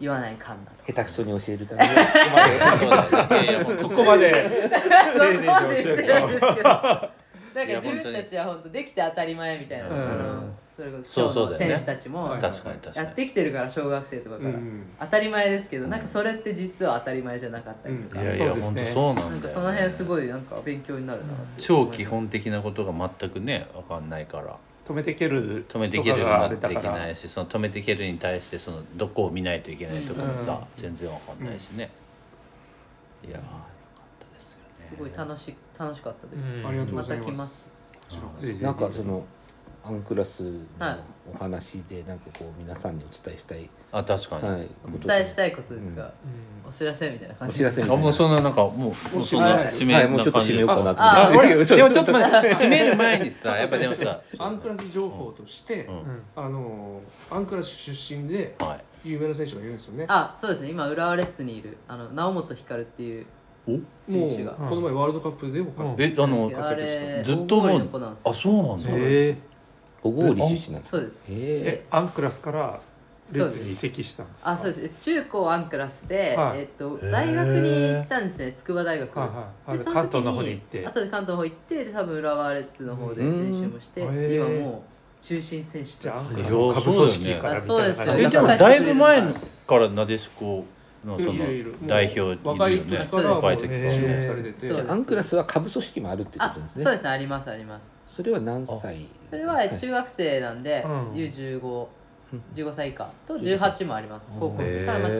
Speaker 7: 言わないかんな と
Speaker 4: 下手くそに教えるために
Speaker 6: そうだねいやいやもうこ
Speaker 3: こ
Speaker 6: こ
Speaker 3: こまで
Speaker 7: そこ
Speaker 3: 丁寧に
Speaker 7: まで
Speaker 3: 教える
Speaker 7: 言ってない
Speaker 3: と
Speaker 7: ですけど なんか
Speaker 6: いや
Speaker 7: 自分たちは本当できて当たり前みたいな、
Speaker 6: うん
Speaker 7: あのそれこ
Speaker 6: そ
Speaker 7: そ
Speaker 6: そ
Speaker 7: う
Speaker 6: うだ
Speaker 7: 今
Speaker 6: よ
Speaker 7: 日の
Speaker 6: ね
Speaker 7: 選手たちも
Speaker 5: はい
Speaker 6: 確かに確か
Speaker 7: や
Speaker 6: に
Speaker 7: ってきてるから小学生とか
Speaker 5: う
Speaker 7: から、
Speaker 5: ん、
Speaker 7: 当たり前ですけどなんかそれって実は当たり前じゃなかったりとか、
Speaker 6: いやい
Speaker 3: そ
Speaker 6: や
Speaker 3: うですね
Speaker 6: 本当そうなんだよ
Speaker 7: な
Speaker 6: ね
Speaker 7: んかその辺すごいなんか勉強になるなって
Speaker 6: 超基本的なことが全くね分かんないから
Speaker 3: 止めてける
Speaker 6: 止めていけるができないしその止めていけるに対してそのどこを見ないといけないとかもさ、全然わかんないしね、いやーよかったですよね
Speaker 7: すごい楽し楽しかったです、
Speaker 5: ありがとうご
Speaker 7: ま
Speaker 5: ざ
Speaker 7: た
Speaker 5: い
Speaker 7: 来
Speaker 5: ます,、
Speaker 7: ます
Speaker 5: こちらこそ
Speaker 4: なんかそ
Speaker 3: の
Speaker 4: のアンクラスの
Speaker 7: はい
Speaker 4: お話でなんかこう皆さんにお伝えしたい、
Speaker 6: あ確かに、
Speaker 4: はい、
Speaker 7: お伝えしたいことですが、お知らせみたいな感じです
Speaker 4: お知らせ
Speaker 7: か
Speaker 4: み
Speaker 6: あもうそんななんかもうもうそんな
Speaker 5: はい
Speaker 6: 締
Speaker 4: は
Speaker 6: め
Speaker 4: い、もうちょ
Speaker 6: な
Speaker 4: っと締
Speaker 6: 感
Speaker 4: め
Speaker 6: じで
Speaker 4: よう
Speaker 6: す
Speaker 4: か
Speaker 6: か
Speaker 4: なと
Speaker 7: ああ
Speaker 4: 思って
Speaker 6: でもちょっと
Speaker 4: と
Speaker 6: 待って締める前 にさやっぱでもさ
Speaker 5: アンクラス情報として、あのアンクラス出身で
Speaker 6: は
Speaker 5: 有名な選手がいるんですよね
Speaker 7: あそうですね今浦和レッズにいるあの直本光っていう
Speaker 6: い
Speaker 5: も
Speaker 7: 選
Speaker 5: う
Speaker 7: 手が
Speaker 5: この前ワールドカップでも勝っ
Speaker 3: うん
Speaker 5: て、
Speaker 6: えあの
Speaker 7: あれ
Speaker 6: ずっとも
Speaker 7: 大
Speaker 6: う
Speaker 7: 通りの子なんですよ
Speaker 6: あそうなんだ、
Speaker 3: え
Speaker 4: 小郡出身なんです
Speaker 7: そうです
Speaker 4: へ
Speaker 3: えアンクラスからレッズに移籍したんですか
Speaker 7: あそう
Speaker 3: す
Speaker 7: です中高アンクラスで、
Speaker 3: はい
Speaker 7: えっと、大学に行ったんですね筑波大学、
Speaker 3: はいはい
Speaker 7: で
Speaker 3: あ
Speaker 7: その
Speaker 3: 関東
Speaker 7: 時に
Speaker 3: の方に行って
Speaker 7: あそうです関東の方行ってで多分浦和レッズの方で
Speaker 4: うん
Speaker 7: 練習もして、
Speaker 3: うんへえ
Speaker 7: 今もう中心選手
Speaker 3: じ
Speaker 7: と
Speaker 3: ゃあアンク
Speaker 7: し
Speaker 3: ラ
Speaker 7: て
Speaker 3: スの株組織からみ
Speaker 7: そう
Speaker 3: た
Speaker 7: で
Speaker 3: いな
Speaker 7: す
Speaker 3: 感
Speaker 7: よ
Speaker 3: じ
Speaker 6: えでも
Speaker 7: いやそう
Speaker 6: だいぶ前からなでしこのそ
Speaker 5: い
Speaker 6: の
Speaker 5: やいるもう
Speaker 6: 代表いるよ
Speaker 5: 若い
Speaker 6: ね
Speaker 5: 時からもう
Speaker 6: 若い
Speaker 5: 注
Speaker 6: 時
Speaker 5: 目されてて、
Speaker 7: そう
Speaker 4: え
Speaker 7: です
Speaker 4: アンクラスは下部組織もあるっていうこ
Speaker 7: あ
Speaker 4: とです
Speaker 7: そうで
Speaker 4: ね
Speaker 7: すねありますあります
Speaker 4: それは何歳
Speaker 7: それはえ中学生なんで、
Speaker 3: うん
Speaker 7: U15
Speaker 4: うん
Speaker 7: 15歳以下と18もあります高校
Speaker 6: へえ
Speaker 7: 生ただまあ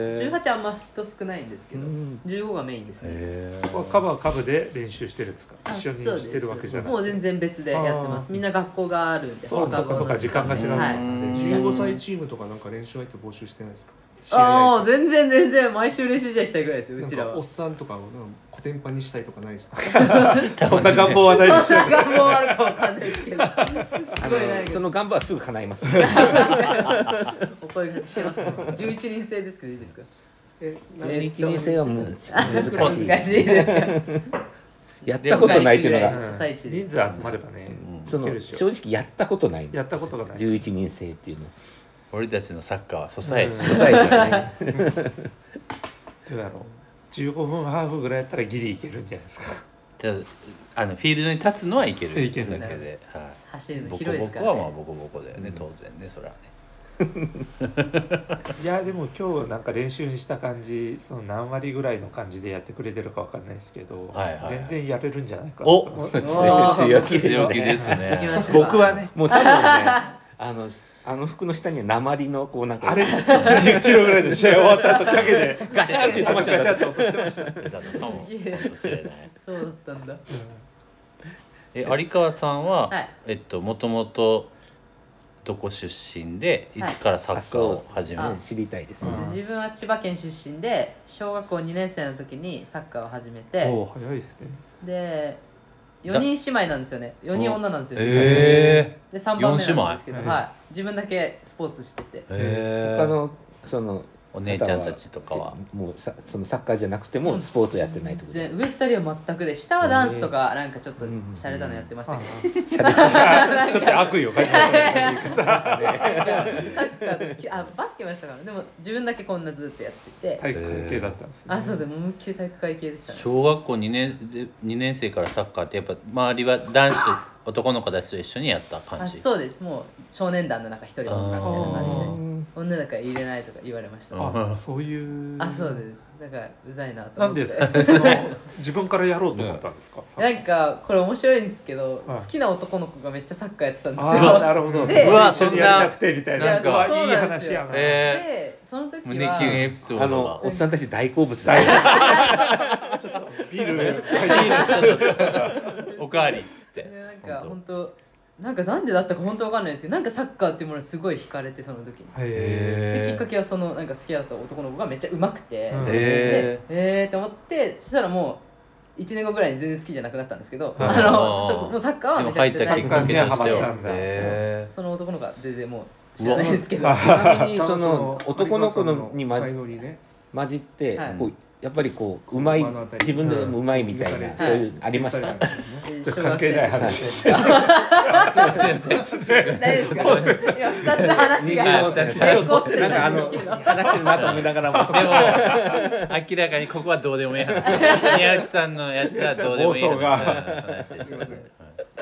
Speaker 7: 18あんま人少ないんですけど、
Speaker 4: うん
Speaker 7: 15がメインですね、
Speaker 6: へ
Speaker 3: そこはカバーカブで練習してるんですか
Speaker 7: あ
Speaker 3: 一緒に
Speaker 7: そうです
Speaker 3: してるわけじゃない
Speaker 7: もう全然別でやってま
Speaker 3: あ
Speaker 7: す
Speaker 3: ー
Speaker 7: みんな学校があるんで
Speaker 3: そうか
Speaker 7: 放課後の
Speaker 3: そうか時間が違う
Speaker 7: はい
Speaker 6: うん
Speaker 5: 15歳チームとかなんか練習相手募集してないですか
Speaker 7: ああ全然全然毎週練習試合したいぐらいですよう
Speaker 5: なん
Speaker 7: ちら
Speaker 5: かお
Speaker 7: は
Speaker 5: っさんとかをなんかコテンパンにしたいとかないですか
Speaker 3: そんな願望はないです
Speaker 7: そん
Speaker 3: よ
Speaker 7: な願望あるかわかんないですけどす
Speaker 4: あ
Speaker 7: ごいなん
Speaker 4: の
Speaker 7: か
Speaker 4: その願望はすぐ叶います
Speaker 7: お声掛けしてますね11人制ですけどいいですか
Speaker 5: えな
Speaker 4: 11人制はもう難しい
Speaker 7: 難しいですか
Speaker 4: やったことないっていうの
Speaker 7: う
Speaker 4: が
Speaker 7: ん
Speaker 3: うん人数集まればね
Speaker 4: そ
Speaker 3: いける
Speaker 4: の
Speaker 3: でしょ
Speaker 4: 正直やったことないんです
Speaker 3: やったことがない
Speaker 4: 11人制っていうの
Speaker 6: 俺たちのサッカーはソサエティ
Speaker 3: う
Speaker 4: 素材ですね
Speaker 3: どうやろう15分ハーフぐらいやったらギリいけるんじゃないですか
Speaker 6: ただあのフィールドに立つのはいける
Speaker 3: いける
Speaker 6: だけで、は
Speaker 7: 走
Speaker 6: い、
Speaker 7: るの
Speaker 6: ボコ
Speaker 7: 広い
Speaker 6: ボ
Speaker 7: ですか
Speaker 6: コは
Speaker 7: ら
Speaker 6: まあ
Speaker 7: ね
Speaker 6: ボコボコだよね、当然ねそれはね
Speaker 3: いやでも今日なんか練習にした感じその何割ぐらいの感じでやってくれてるかわかんないですけど、
Speaker 6: はいはいはい
Speaker 3: 全然やれるんじゃないかなと
Speaker 6: お
Speaker 3: 思います
Speaker 4: 強気ですね
Speaker 6: 強気です
Speaker 7: 行きま
Speaker 6: ね
Speaker 7: しょうか
Speaker 3: 僕はね
Speaker 4: もう多分ねあのあの服の下には鉛のこうなんか
Speaker 3: あれ20キロぐらいで試合終わった後だけで
Speaker 4: ガシャンって言ってましたよ
Speaker 3: と落としてました
Speaker 6: 出たのかもかもしれない
Speaker 7: そうだったんだ
Speaker 6: え有川さんは、
Speaker 7: はい
Speaker 6: えっともともとどこ出身でい
Speaker 7: はい
Speaker 6: つからサッカーを始める、
Speaker 4: ね知りたいですね
Speaker 3: うん
Speaker 7: 自分は千葉県出身で小学校2年生の時にサッカーを始め
Speaker 3: お
Speaker 7: て
Speaker 3: お早いですね
Speaker 7: で4人姉妹なんですよね4人女なんですよ、
Speaker 6: え
Speaker 7: で3番目
Speaker 6: 四姉妹
Speaker 7: なんですけど、
Speaker 3: はい
Speaker 7: はい、自分だけスポーツしてて
Speaker 6: ー、え
Speaker 4: 他のその
Speaker 6: お姉ちゃんたちとかは
Speaker 4: もうさそのサッカーじゃなくてもスポーツやってないってこと
Speaker 7: 全上2人は全くで下はダンスとかなんかちょっと洒落たのやってましたけど、
Speaker 3: あちょっと悪意を感じましたね
Speaker 7: サッカーときあバスケもやってたからでも自分だけこんなずっとやってて、
Speaker 3: 体育会系だったんですね
Speaker 7: あそうでも思いっきり体育会系でしたね
Speaker 6: 小学校2年で二年生からサッカーってやっぱ周りは男子と男の子たちと一緒にやった感
Speaker 7: あ
Speaker 6: じ
Speaker 7: そうですもう少年団の中一人女みたいな感じで女だから入れないとか言われました、
Speaker 6: うん
Speaker 3: あそういう
Speaker 7: あそうですだからうざいなと
Speaker 3: な
Speaker 7: 思
Speaker 3: ん
Speaker 7: って
Speaker 3: でその自分からやろうと思ったんですか、
Speaker 7: なんかこれ面白いんですけど、
Speaker 3: はい
Speaker 7: 好きな男の子がめっちゃサッカーやってたんです
Speaker 3: ああ
Speaker 7: よ
Speaker 3: なるほど
Speaker 7: で
Speaker 3: うわ一緒にやりたくてみたいな
Speaker 6: なんか
Speaker 3: うわいい話やな、
Speaker 6: え
Speaker 7: でその時
Speaker 6: ー、胸キュンエ
Speaker 7: は
Speaker 6: ピソ
Speaker 4: あ
Speaker 6: ードが
Speaker 4: のおっさんたち大好物だよ
Speaker 3: ビール
Speaker 6: おかわりって
Speaker 7: でなんか
Speaker 6: 本
Speaker 7: 本当なんかなんでだったか本当わかんないですけどなんかサッカーっていうものにすごい惹かれてその時に
Speaker 3: へ
Speaker 7: できっ
Speaker 6: え
Speaker 7: かけはそのなんか好きだった男の子がめっちゃ上手くて、
Speaker 3: うん
Speaker 7: で
Speaker 6: え
Speaker 7: えーって思ってそしたらもう1年後ぐらいに全然好きじゃなくなったんですけど、
Speaker 3: はい
Speaker 7: あの
Speaker 6: あー
Speaker 7: そもうサッカー
Speaker 6: ー、
Speaker 7: は
Speaker 6: でも
Speaker 7: めちゃ
Speaker 6: 入
Speaker 7: く
Speaker 6: っ
Speaker 7: ちゃ
Speaker 6: た
Speaker 7: 大
Speaker 6: きっかけ
Speaker 7: 好きで
Speaker 6: と
Speaker 3: サッカー
Speaker 6: し
Speaker 3: にはま
Speaker 6: て
Speaker 3: っ
Speaker 6: は
Speaker 3: たんだ
Speaker 6: え
Speaker 7: その男の子は全然もう知らないですけど
Speaker 3: うわ
Speaker 4: ちなみ にその
Speaker 5: 多分
Speaker 4: 男の子
Speaker 5: 有
Speaker 4: の
Speaker 5: 川さん
Speaker 4: に
Speaker 5: の
Speaker 4: ま
Speaker 5: 才能にね
Speaker 4: 混じって
Speaker 7: はい
Speaker 4: こうやっぱりこううまい
Speaker 5: 目の当たり
Speaker 4: 自分でもうまいみたい
Speaker 5: は
Speaker 4: ないそういうありまし
Speaker 5: さ
Speaker 4: た
Speaker 5: れたんですよね
Speaker 3: え
Speaker 7: えー小
Speaker 3: 関
Speaker 7: 学
Speaker 3: 係な
Speaker 7: 生
Speaker 3: い
Speaker 7: の時
Speaker 3: 話 してる
Speaker 7: 大丈夫ですか今2つ話が
Speaker 6: 25
Speaker 7: 並行して
Speaker 4: なんか
Speaker 7: た
Speaker 4: あ
Speaker 7: ん
Speaker 4: の
Speaker 7: ですけど
Speaker 4: 話してるなと思いながらも
Speaker 6: でも明らかにここはどうでもいい 話宮内さんのやつはどうでもいい
Speaker 3: 妄想が
Speaker 6: 話ですよね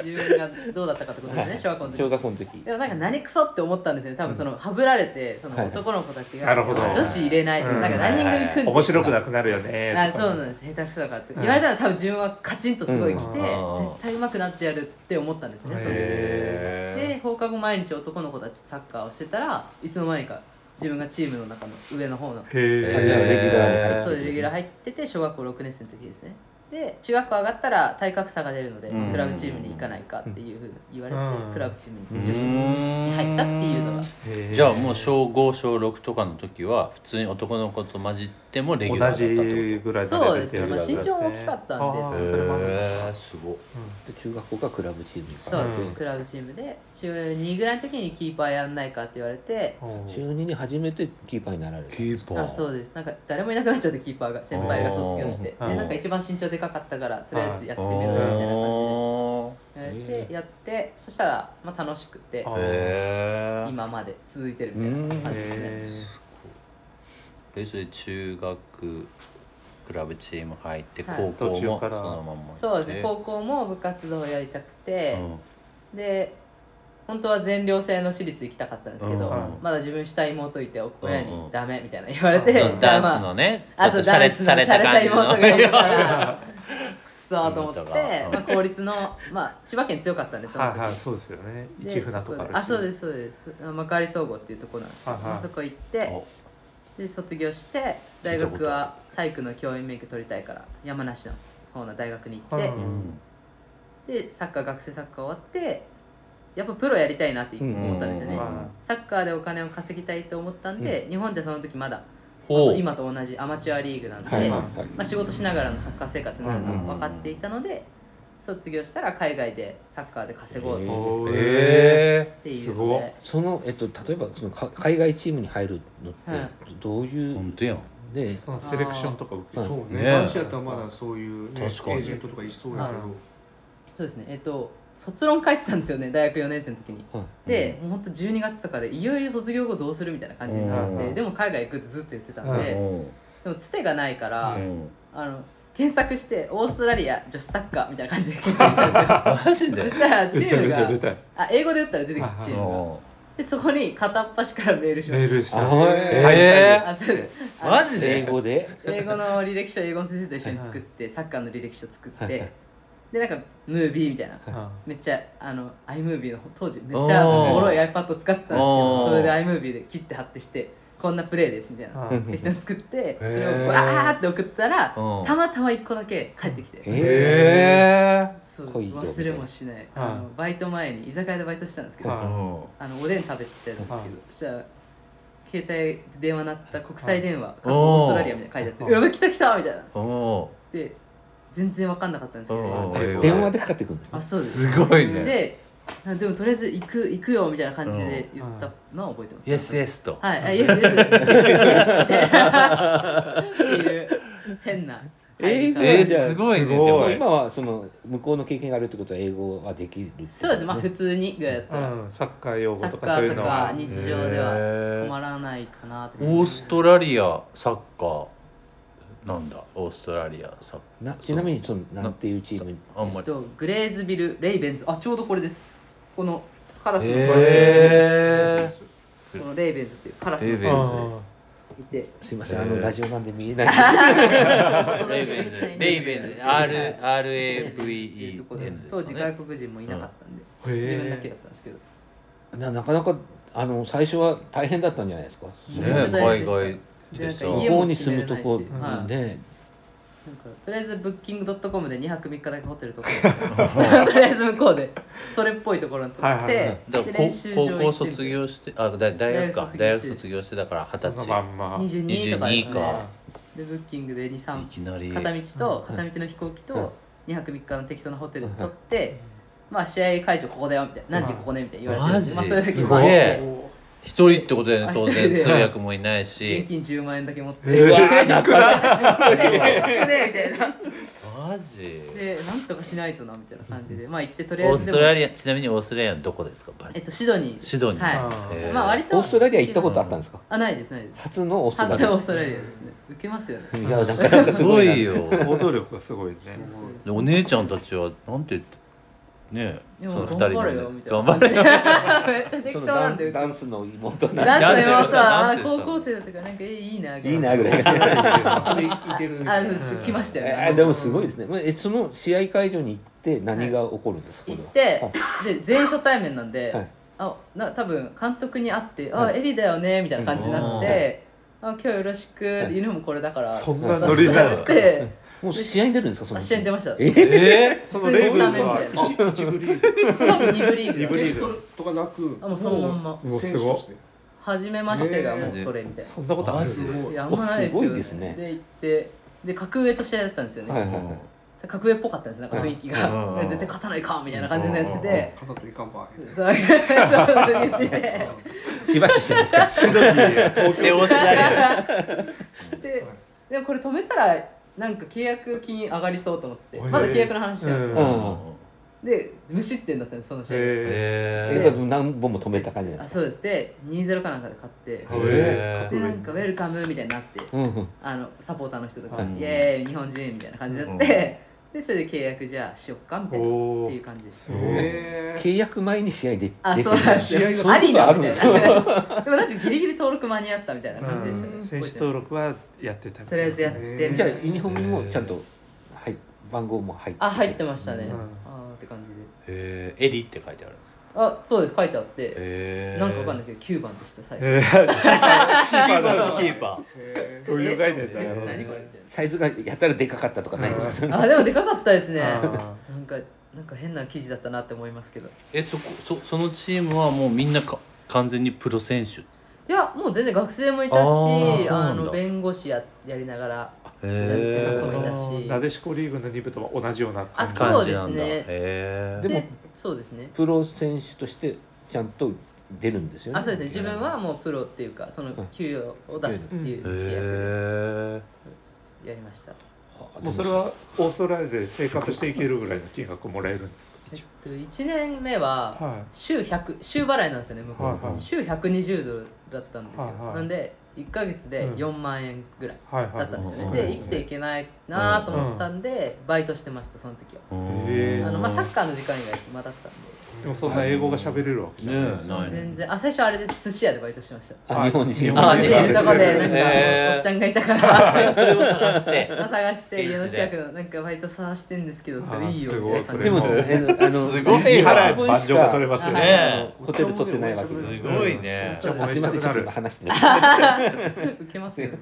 Speaker 7: 自分がどうだったかってことですね小学校の時
Speaker 4: 小学校の時
Speaker 7: でもなんか何クソって思ったんですよね多分そのはぶられてそ
Speaker 4: はい
Speaker 7: の男の子たちが
Speaker 3: なるほど
Speaker 7: 女子入れない
Speaker 3: うん
Speaker 7: なんか何人組組んで
Speaker 3: 面白くなくなるよね
Speaker 7: あ
Speaker 3: と
Speaker 7: そ
Speaker 3: か
Speaker 7: うなんです下手くそだからって言われたら多分自分はカチンとすごい来
Speaker 3: う
Speaker 7: て
Speaker 3: ん
Speaker 7: 絶対上手くなってやるって思ったんですねその時
Speaker 3: へ
Speaker 7: で放課後毎日男の子たちとサッカーをしてたらいつの間にか自分がチームの中の上の方の
Speaker 3: えへえ
Speaker 4: レギュラーに入って
Speaker 7: そういうレギュラー入ってて小学校6年生の時ですねで中学校上がったら体格差が出るので
Speaker 6: うん
Speaker 7: クラブチームに行かないかっていうふうに言われ
Speaker 3: うん
Speaker 7: てクラブチームに女子に
Speaker 6: に
Speaker 7: 入ったっていうのが
Speaker 6: じゃあもう小5小6とかの時は普通に男の子と混じってもレギュラーだ
Speaker 3: 同
Speaker 6: っ
Speaker 3: じ
Speaker 6: たって
Speaker 3: ぐらい
Speaker 7: そうですねまあ身長も大きかった
Speaker 3: あ
Speaker 7: んで
Speaker 6: こ
Speaker 3: ー
Speaker 6: と
Speaker 3: それもある
Speaker 6: へえすごい
Speaker 4: で中学校がクラブチームに行か
Speaker 7: そ
Speaker 4: な
Speaker 7: う
Speaker 4: い
Speaker 7: です、クラブチームで中2ぐらいの時にキーパーやんないかって言われて
Speaker 3: うん
Speaker 4: 中二に初めてキーパーになられ
Speaker 6: キ
Speaker 4: る
Speaker 6: ーパー
Speaker 7: あそうですなんか誰もいなくなっちゃってキーパーが先輩が卒業してで
Speaker 3: あー
Speaker 7: なんか一番身長でかかったからとりあえずやってみろよみたい
Speaker 6: あ
Speaker 7: な感じで言われ
Speaker 4: へー
Speaker 7: てやってそしたらまあ楽しくて
Speaker 3: あ
Speaker 6: ーへえ
Speaker 7: 今まで続いてるみたいな感じですね
Speaker 3: へえ
Speaker 6: でそれで中学クラブチーム入って
Speaker 7: はい
Speaker 6: 高校も
Speaker 3: 途
Speaker 6: そ
Speaker 3: 中から
Speaker 6: のまんま行って
Speaker 7: そうですね高校も部活動をやりたくて
Speaker 6: うん
Speaker 7: で本当は全寮制の私立行きたかったんですけど
Speaker 3: うん
Speaker 7: まだ自分下妹いてお親
Speaker 6: うんう
Speaker 7: に
Speaker 6: ん
Speaker 7: ダメみたいな言われて
Speaker 6: その
Speaker 7: じゃ
Speaker 6: ダ
Speaker 7: あ
Speaker 6: ンス
Speaker 7: まあ
Speaker 6: のね
Speaker 7: あそう
Speaker 6: ちょっと
Speaker 7: ダンスの洒落
Speaker 6: 洒
Speaker 7: た
Speaker 6: 感じ
Speaker 7: 妹
Speaker 6: の
Speaker 7: がいるから くそーと思って、
Speaker 6: 妹が
Speaker 7: まあ、公立の、まあ、千葉県強かったんですその
Speaker 3: はい
Speaker 7: 時、
Speaker 3: はいそうですよね
Speaker 7: で
Speaker 3: 一船とか
Speaker 7: そこ
Speaker 3: あ
Speaker 7: で
Speaker 3: るし
Speaker 7: あそうですそうです幕張総合っていうところなんですけど、
Speaker 3: はいはい
Speaker 7: まあそこ行って
Speaker 6: お
Speaker 7: で卒業して大学は体育の教員免許取りたいから山梨の方の大学に行って、
Speaker 3: う
Speaker 6: うんん
Speaker 7: でサッカー学生サッカー終わってやっぱプロやりたいなって思ったんですよね、
Speaker 6: うんうんうん
Speaker 3: は
Speaker 7: サッカーでお金を稼ぎたいと思ったんで、日本じゃその時まだ
Speaker 6: ほう
Speaker 7: 今と同じアマチュアリーグなんで、
Speaker 4: はいはいはい
Speaker 7: まあ、仕事しながらのサッカー生活になるのも分かっていたので卒業したら海外でサッカーで稼ごう
Speaker 4: へ
Speaker 7: っ
Speaker 3: い
Speaker 4: ー
Speaker 3: おーえ
Speaker 6: え
Speaker 7: ていう
Speaker 3: すご
Speaker 7: の
Speaker 3: っ
Speaker 7: で、
Speaker 4: そのえっと例えばそのか海外チームに入るのって
Speaker 7: はい
Speaker 4: どうい
Speaker 6: え
Speaker 4: う
Speaker 6: 本当やん
Speaker 4: ね
Speaker 3: そのセレクションとか受け
Speaker 4: うん
Speaker 5: そう
Speaker 6: ね
Speaker 5: ね男子やったらまだそういうねエ
Speaker 6: 確かに
Speaker 5: ージェントとかいそうやけ
Speaker 3: は
Speaker 5: ど
Speaker 7: そうですねえっと卒論書いてたんですよね大学4年生の時に。
Speaker 4: はい
Speaker 7: で、もうほんと12月とかでいよいよ卒業後どうするみたいな感じになっ
Speaker 6: う
Speaker 7: て
Speaker 6: ん
Speaker 7: でも海外行くってずっと言ってた
Speaker 3: うん
Speaker 7: で
Speaker 6: うん
Speaker 7: でもつてがないから
Speaker 6: うん
Speaker 7: あの検索してオーストラリア女子サッカーみたいな感じで検索したんですよ。
Speaker 6: マ ジ
Speaker 7: そ
Speaker 6: で
Speaker 7: したらチ
Speaker 3: めちゃ
Speaker 7: ーム
Speaker 3: めちゃ出
Speaker 7: が
Speaker 3: たい
Speaker 7: あ英語で打ったら出てくるチームが。でそこに片っ端からメールしま
Speaker 3: メ
Speaker 7: し
Speaker 3: ー
Speaker 7: た。
Speaker 3: ルした
Speaker 4: あー
Speaker 3: え
Speaker 7: あそうです
Speaker 6: マジで
Speaker 4: 英語で
Speaker 7: 英語の履歴書を英語の先生と一緒に作ってサッカーの履歴書を作ってでなんかムービーみたいなめっちゃあの iMovie の当時めっちゃ
Speaker 6: おー
Speaker 7: ボロい iPad 使ってたんですけ
Speaker 6: お
Speaker 7: ど
Speaker 6: ー
Speaker 7: それで iMovie で切って貼ってしてこんなプレイですみたいな
Speaker 3: うん
Speaker 7: 適当に作ってそれ
Speaker 6: へー
Speaker 7: をわーって送ったら
Speaker 6: うん
Speaker 7: たまたま1個だけ帰ってきて
Speaker 6: え
Speaker 7: そう
Speaker 4: 恋人
Speaker 7: 忘れもしないあのバイト前に居酒屋でバイトしてたんですけど
Speaker 3: は
Speaker 6: え
Speaker 3: い
Speaker 7: あのおでん食べてたんです
Speaker 3: はい
Speaker 7: けどそしたら携帯で電話鳴った国際電話、
Speaker 6: おー
Speaker 7: オーストラリアみたいなの書いてあっ
Speaker 3: は
Speaker 7: て「
Speaker 3: い
Speaker 7: やばい来た来た!」みたいな
Speaker 6: おお
Speaker 7: で全然分かんなかったんですけ
Speaker 6: お
Speaker 7: ど
Speaker 6: ー
Speaker 4: あ電話でかかってくるん
Speaker 7: あ
Speaker 4: だ
Speaker 7: そうです
Speaker 6: すごいね
Speaker 7: であでもとりあえず行く行くよみたいな感じで言ったのは覚えてます
Speaker 6: イエスイエスと
Speaker 7: はいあイエスイエスイエスっていう変な入り方
Speaker 6: えー
Speaker 4: じゃあ
Speaker 6: すごいね
Speaker 4: で
Speaker 6: で
Speaker 4: も
Speaker 6: も
Speaker 4: 今はその向こうの経験があるってことは英語はできるってこと
Speaker 7: そうですまあ普通にぐらいだったら、
Speaker 3: うんサッカー用
Speaker 7: サ
Speaker 3: 語と
Speaker 7: ッ
Speaker 3: か
Speaker 7: カ
Speaker 3: そうい
Speaker 7: ー
Speaker 3: う
Speaker 7: と
Speaker 3: の
Speaker 7: か
Speaker 3: は
Speaker 7: 日常では困らないかなって
Speaker 6: オーストラリアサッカーなんだオーストラリアさ
Speaker 4: なちなみにそのなんていうチーム
Speaker 6: あんま
Speaker 7: えっ
Speaker 6: り
Speaker 7: とグレーズビル・レイベンズあちょうどこれですこのカラスの、
Speaker 6: へ
Speaker 7: このレイベンズっていうカラス
Speaker 6: レ
Speaker 7: の
Speaker 6: イベンズ
Speaker 7: チーム
Speaker 3: あ
Speaker 7: いて
Speaker 4: すいませ
Speaker 6: え
Speaker 4: ん
Speaker 6: ー
Speaker 4: あのラジオ版で見えないん です
Speaker 6: ーレイベンズレイベンズ R RAVEN
Speaker 7: とこで
Speaker 6: です
Speaker 7: 当
Speaker 6: よ
Speaker 7: 時
Speaker 6: ね
Speaker 7: 外国人もいなかったんで、
Speaker 3: ーへえ
Speaker 7: 自分だけだったんですけど
Speaker 4: けどななかなかあの最初は大変だったんじゃないですか
Speaker 7: めっちゃ
Speaker 6: ね
Speaker 7: 大
Speaker 6: 海
Speaker 7: 変でし
Speaker 6: 外
Speaker 7: たで
Speaker 6: でしょ
Speaker 7: なんか家
Speaker 4: 向
Speaker 7: も
Speaker 4: こうに住むとこ
Speaker 7: 決めれないし
Speaker 4: ね
Speaker 7: なんかとりあえずブッキング .com で2泊3日だけホテル 取ってとりあえず向こうでそれっぽいところに取っ
Speaker 3: は
Speaker 7: て、
Speaker 3: いはいはい
Speaker 6: だ
Speaker 7: で
Speaker 6: から
Speaker 7: 練習
Speaker 6: 高
Speaker 7: 場
Speaker 6: 高校
Speaker 7: 行ってみ
Speaker 6: 卒
Speaker 7: て
Speaker 6: 業してあだ大学か
Speaker 7: 大
Speaker 6: 大
Speaker 7: 学卒業して
Speaker 6: 学卒業してだから
Speaker 3: あ
Speaker 6: 二
Speaker 3: そ
Speaker 6: 十
Speaker 3: のま
Speaker 6: 歳
Speaker 3: んま
Speaker 7: 22とかです
Speaker 6: 22
Speaker 7: ね
Speaker 6: か
Speaker 7: でブッキングで
Speaker 6: い
Speaker 7: 23
Speaker 6: きなり
Speaker 7: 片道と
Speaker 4: うん
Speaker 7: 片道の飛行機
Speaker 4: うん
Speaker 7: と2泊3日の適当なホテル取って、まあ試合会場ここだよみたいな何時ここねみたいな言われて
Speaker 6: マジ
Speaker 7: まあ、そういう時
Speaker 6: す
Speaker 7: も
Speaker 6: ご
Speaker 7: あ
Speaker 6: い
Speaker 7: って
Speaker 6: 一人ってことだよね
Speaker 7: あ
Speaker 6: 当
Speaker 7: 一人
Speaker 6: 然
Speaker 7: で
Speaker 6: 通訳もいないし
Speaker 7: 現金10万円だけ持って
Speaker 3: えー
Speaker 7: うわ
Speaker 3: 少ない
Speaker 7: これこれみたいな
Speaker 6: マジ
Speaker 7: でなんとかしないとなみたいな感じでまあ行ってとりあ
Speaker 6: オ
Speaker 7: え
Speaker 6: ー
Speaker 7: ず
Speaker 6: ス
Speaker 7: で
Speaker 6: ト
Speaker 7: も
Speaker 6: ラリアちなみにオーストラリアはどこですかバリ
Speaker 7: えっとシドニーです
Speaker 6: シドニー
Speaker 7: は
Speaker 3: あ
Speaker 6: え
Speaker 7: い
Speaker 6: ー
Speaker 7: まあ割と
Speaker 4: オーストラリア行ったことあったんですか
Speaker 7: あないですないです
Speaker 4: 初のオーストラ
Speaker 7: 初
Speaker 4: リ
Speaker 7: オーストラリアですね受けますよね
Speaker 4: アいやなんか なんか
Speaker 6: す
Speaker 4: すご
Speaker 6: ご
Speaker 4: いない
Speaker 6: よ
Speaker 3: 行動力がすごいね
Speaker 6: でお姉ちゃんたちはなんて言ってねえ
Speaker 7: で
Speaker 6: そ
Speaker 7: も
Speaker 6: の二人
Speaker 7: 頑張れよ
Speaker 6: のね
Speaker 7: みたいな
Speaker 6: 頑張れよ
Speaker 7: 張れ めっちゃ適
Speaker 4: そ
Speaker 7: 当
Speaker 4: の
Speaker 7: な
Speaker 4: ダ
Speaker 7: んで
Speaker 4: ン
Speaker 7: うち
Speaker 4: ダンスの妹な
Speaker 7: ダンスの妹は
Speaker 6: ダ
Speaker 7: あ
Speaker 6: ンスでしょ
Speaker 7: 高校生だったからなんかえいいなぐら
Speaker 4: いいなぐらい
Speaker 5: それいけるみた
Speaker 7: あ
Speaker 5: いな。
Speaker 7: そう来ましたよね
Speaker 4: えーでもすごいですね まあえその試合会場に行って何が起こるんですか
Speaker 7: 行
Speaker 4: これ
Speaker 7: っ
Speaker 4: は
Speaker 7: てで全員初対面なんで、
Speaker 4: はい
Speaker 7: あな多分監督に会って「
Speaker 4: は
Speaker 7: あ
Speaker 4: い
Speaker 7: エリだよね」みたいな感じになって「あ今日よろしく」
Speaker 4: はい
Speaker 7: ユニフォームこれだから」
Speaker 3: そん
Speaker 4: な
Speaker 7: 出
Speaker 4: ノリ
Speaker 3: なの
Speaker 7: して
Speaker 4: もう試合に出るんですかその
Speaker 7: あ試合に出ました
Speaker 4: え
Speaker 7: 普
Speaker 6: え
Speaker 3: そのレイブンは
Speaker 7: 普
Speaker 3: 一
Speaker 7: 通に
Speaker 3: 部リー
Speaker 7: 多分2部リーグだ
Speaker 3: 二部リ
Speaker 5: テ
Speaker 3: ー
Speaker 5: ストとかなく、
Speaker 7: あもうそのまんま
Speaker 3: もう
Speaker 5: 選手として。
Speaker 7: 初めましてがもうそれみたいな
Speaker 3: そんなことあ
Speaker 6: マ
Speaker 3: る
Speaker 6: ジ
Speaker 5: ご
Speaker 7: いやあんまないですよ、
Speaker 4: おすごいですね
Speaker 7: で行ってで格上と試合だったんですよね、
Speaker 4: はいはい
Speaker 6: うん
Speaker 7: 格上っぽかったんですよなんか雰囲気が、
Speaker 6: うん
Speaker 7: 絶対勝たないかみたいな感じになってて、
Speaker 5: 肩といかんばい。
Speaker 7: そうそう言ってて
Speaker 4: しばししてですか
Speaker 6: でオーストラリア
Speaker 7: ででもこれ止めたらなんか契約金上がりそうと思ってまだ契約の話しちゃう、
Speaker 3: うん
Speaker 4: うん
Speaker 7: で無失点だったんですその試合、
Speaker 3: へ
Speaker 4: え
Speaker 6: え
Speaker 4: ー、何本も止めた感じなんで
Speaker 7: あ
Speaker 4: すか
Speaker 7: そうですで2-0かなんかで勝って
Speaker 3: ー
Speaker 6: え
Speaker 7: でなんかウェルカムみたいになって
Speaker 4: うんうん
Speaker 7: あのサポーターの人とか、
Speaker 3: はい
Speaker 7: イエーイ日本人みたいな感じになって、でそれで契約じゃあしよっかみたいな
Speaker 3: おー
Speaker 7: っていう感じです
Speaker 3: ごい
Speaker 5: え
Speaker 4: 契約前に試合で出て
Speaker 7: あそうなんですよ
Speaker 4: 出てる
Speaker 7: ありだ
Speaker 4: そういうことあるん
Speaker 7: み
Speaker 4: で
Speaker 7: たい
Speaker 4: す
Speaker 7: な
Speaker 4: よ
Speaker 7: でもなんかギリギリ登録間に合ったみたいな感じでしたね
Speaker 3: うん選手登録はやってたみ
Speaker 7: と
Speaker 3: たい
Speaker 7: り
Speaker 3: な
Speaker 7: あえずやってみ
Speaker 4: じ
Speaker 7: た
Speaker 4: ゃあ
Speaker 7: いな
Speaker 4: ユニフォームもちゃんと、はい、番号も入ってて
Speaker 7: あ入ってましたね、
Speaker 3: うん
Speaker 7: ああって感じで
Speaker 6: えーエリって書いてあるんです
Speaker 7: あそうです書いてあって、
Speaker 6: え
Speaker 7: なんかわかんないけど9番でした最初、
Speaker 3: え
Speaker 6: キーパ
Speaker 7: ーだ
Speaker 6: ーキーパ
Speaker 5: え。
Speaker 3: どういう概念だ
Speaker 7: え
Speaker 3: ろう
Speaker 7: 何
Speaker 3: ね
Speaker 7: これみ
Speaker 4: サイズがやたらでかかったとかないですか、
Speaker 7: たいなあでもでかかったですね
Speaker 3: あ
Speaker 7: なんかなんか変な記事だったなって思いますけど
Speaker 6: ーえそこそそのチームはもうみんなか完全にプロ選手
Speaker 7: いやもう全然学生もいたし
Speaker 6: あーそう
Speaker 7: あ
Speaker 6: なんだ
Speaker 7: の弁護士ややりながら
Speaker 6: へ
Speaker 7: やってる人もいた
Speaker 6: ー
Speaker 7: し
Speaker 3: ーなでしこリーグの2部とは同じような感じ
Speaker 7: あそうで
Speaker 6: 感じ
Speaker 7: すね
Speaker 6: なんだへ
Speaker 4: で
Speaker 6: ー
Speaker 4: も
Speaker 7: でそうですね
Speaker 4: プロ選手としてちゃんと出るんですよね
Speaker 7: あそうですね自分はもうプロっていうかその給与を出すっていう契約
Speaker 6: へ
Speaker 7: でやりました、
Speaker 4: はあ
Speaker 3: もうそれはオーストラリアで生活していけるぐらいの金額もらえるんです
Speaker 7: えっと、1年目は
Speaker 3: はい
Speaker 7: 週100週払いなんですよね向こう、
Speaker 3: はいはい
Speaker 7: 週120ドルだったんですよ、
Speaker 3: はいはい
Speaker 7: なんで1か月で4万円ぐらい
Speaker 3: はいはい
Speaker 7: だったんですよね、
Speaker 6: うん
Speaker 7: で生きていけないなと思ったんで、バイトしてましたその時は、
Speaker 3: へ
Speaker 6: え
Speaker 3: ー
Speaker 7: あのまあ、サッカーの時間以外暇だったんで
Speaker 3: でもそんな英語が喋れるわけじゃない、
Speaker 6: ねえない
Speaker 7: 全然あ最初あれです寿司屋でバイトしてました
Speaker 4: あ日本に
Speaker 3: 日本人
Speaker 7: あ
Speaker 3: あ
Speaker 7: っ
Speaker 3: ー
Speaker 7: て
Speaker 3: ね
Speaker 7: いるとこでなんか
Speaker 6: へー
Speaker 7: おっちゃんがいた から
Speaker 6: それを探して
Speaker 7: まあ探し
Speaker 6: 現地
Speaker 7: て
Speaker 6: で
Speaker 7: 家の近くのなんかバイト探してんですけどそれいいよ
Speaker 3: あーす
Speaker 7: み
Speaker 3: ごい
Speaker 7: たいな感
Speaker 4: でもあ
Speaker 3: これ
Speaker 7: じ
Speaker 4: のあ の
Speaker 6: すごいわ
Speaker 4: 二
Speaker 3: 2
Speaker 4: 原
Speaker 3: 払い
Speaker 4: 分
Speaker 3: 盤
Speaker 4: し
Speaker 3: 上が取
Speaker 4: か
Speaker 3: れますよ
Speaker 7: はい
Speaker 3: ね。
Speaker 4: あの
Speaker 6: ね
Speaker 4: ホテル取ってないわけです
Speaker 6: え
Speaker 4: す
Speaker 6: すごいね
Speaker 7: そう
Speaker 4: あすいませんちょっと今話してない
Speaker 7: 受けますよね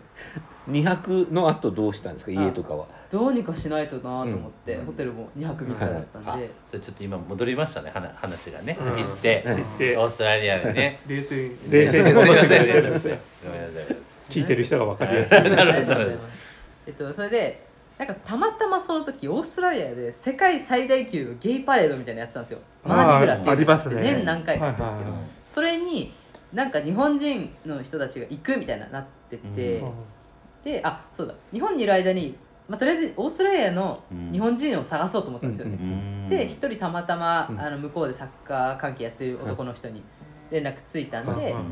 Speaker 4: 2泊の後どうしたんですか家とかは
Speaker 7: どうにかしないとなと思って、ホテルも2泊3日だったんで、
Speaker 6: あそれちょっと今戻りましたね話話がね、
Speaker 3: うん
Speaker 6: 行って、
Speaker 4: うん
Speaker 3: で
Speaker 6: オーストラリアで ね
Speaker 5: 冷静に。
Speaker 3: 冷静に戻してくれてるんです
Speaker 6: すい
Speaker 3: よ
Speaker 6: ませんごめんなさい
Speaker 3: 聞いてる人が分かりやすい
Speaker 6: なるほど
Speaker 7: ありがとうございますえっとそれでなんかたまたまその時オーストラリアで世界最大級のゲイパレードみたいなのやってたんですよマーディグラっていうのが
Speaker 3: あーありますね
Speaker 7: 年何回かあったんですけど、
Speaker 3: はいはい
Speaker 7: それになんか日本人の人たちが行くみたいななってて、
Speaker 6: う
Speaker 7: であそうだ日本にいる間に、まあ、とりあえずオーストラリアの
Speaker 6: うん
Speaker 7: 日本人を探そうと思ったんですよね、
Speaker 6: うん
Speaker 7: で一人たまたま、
Speaker 4: うん
Speaker 7: あの向こうでサッカー関係やってる男の人に連絡ついたんで、
Speaker 3: うん
Speaker 6: う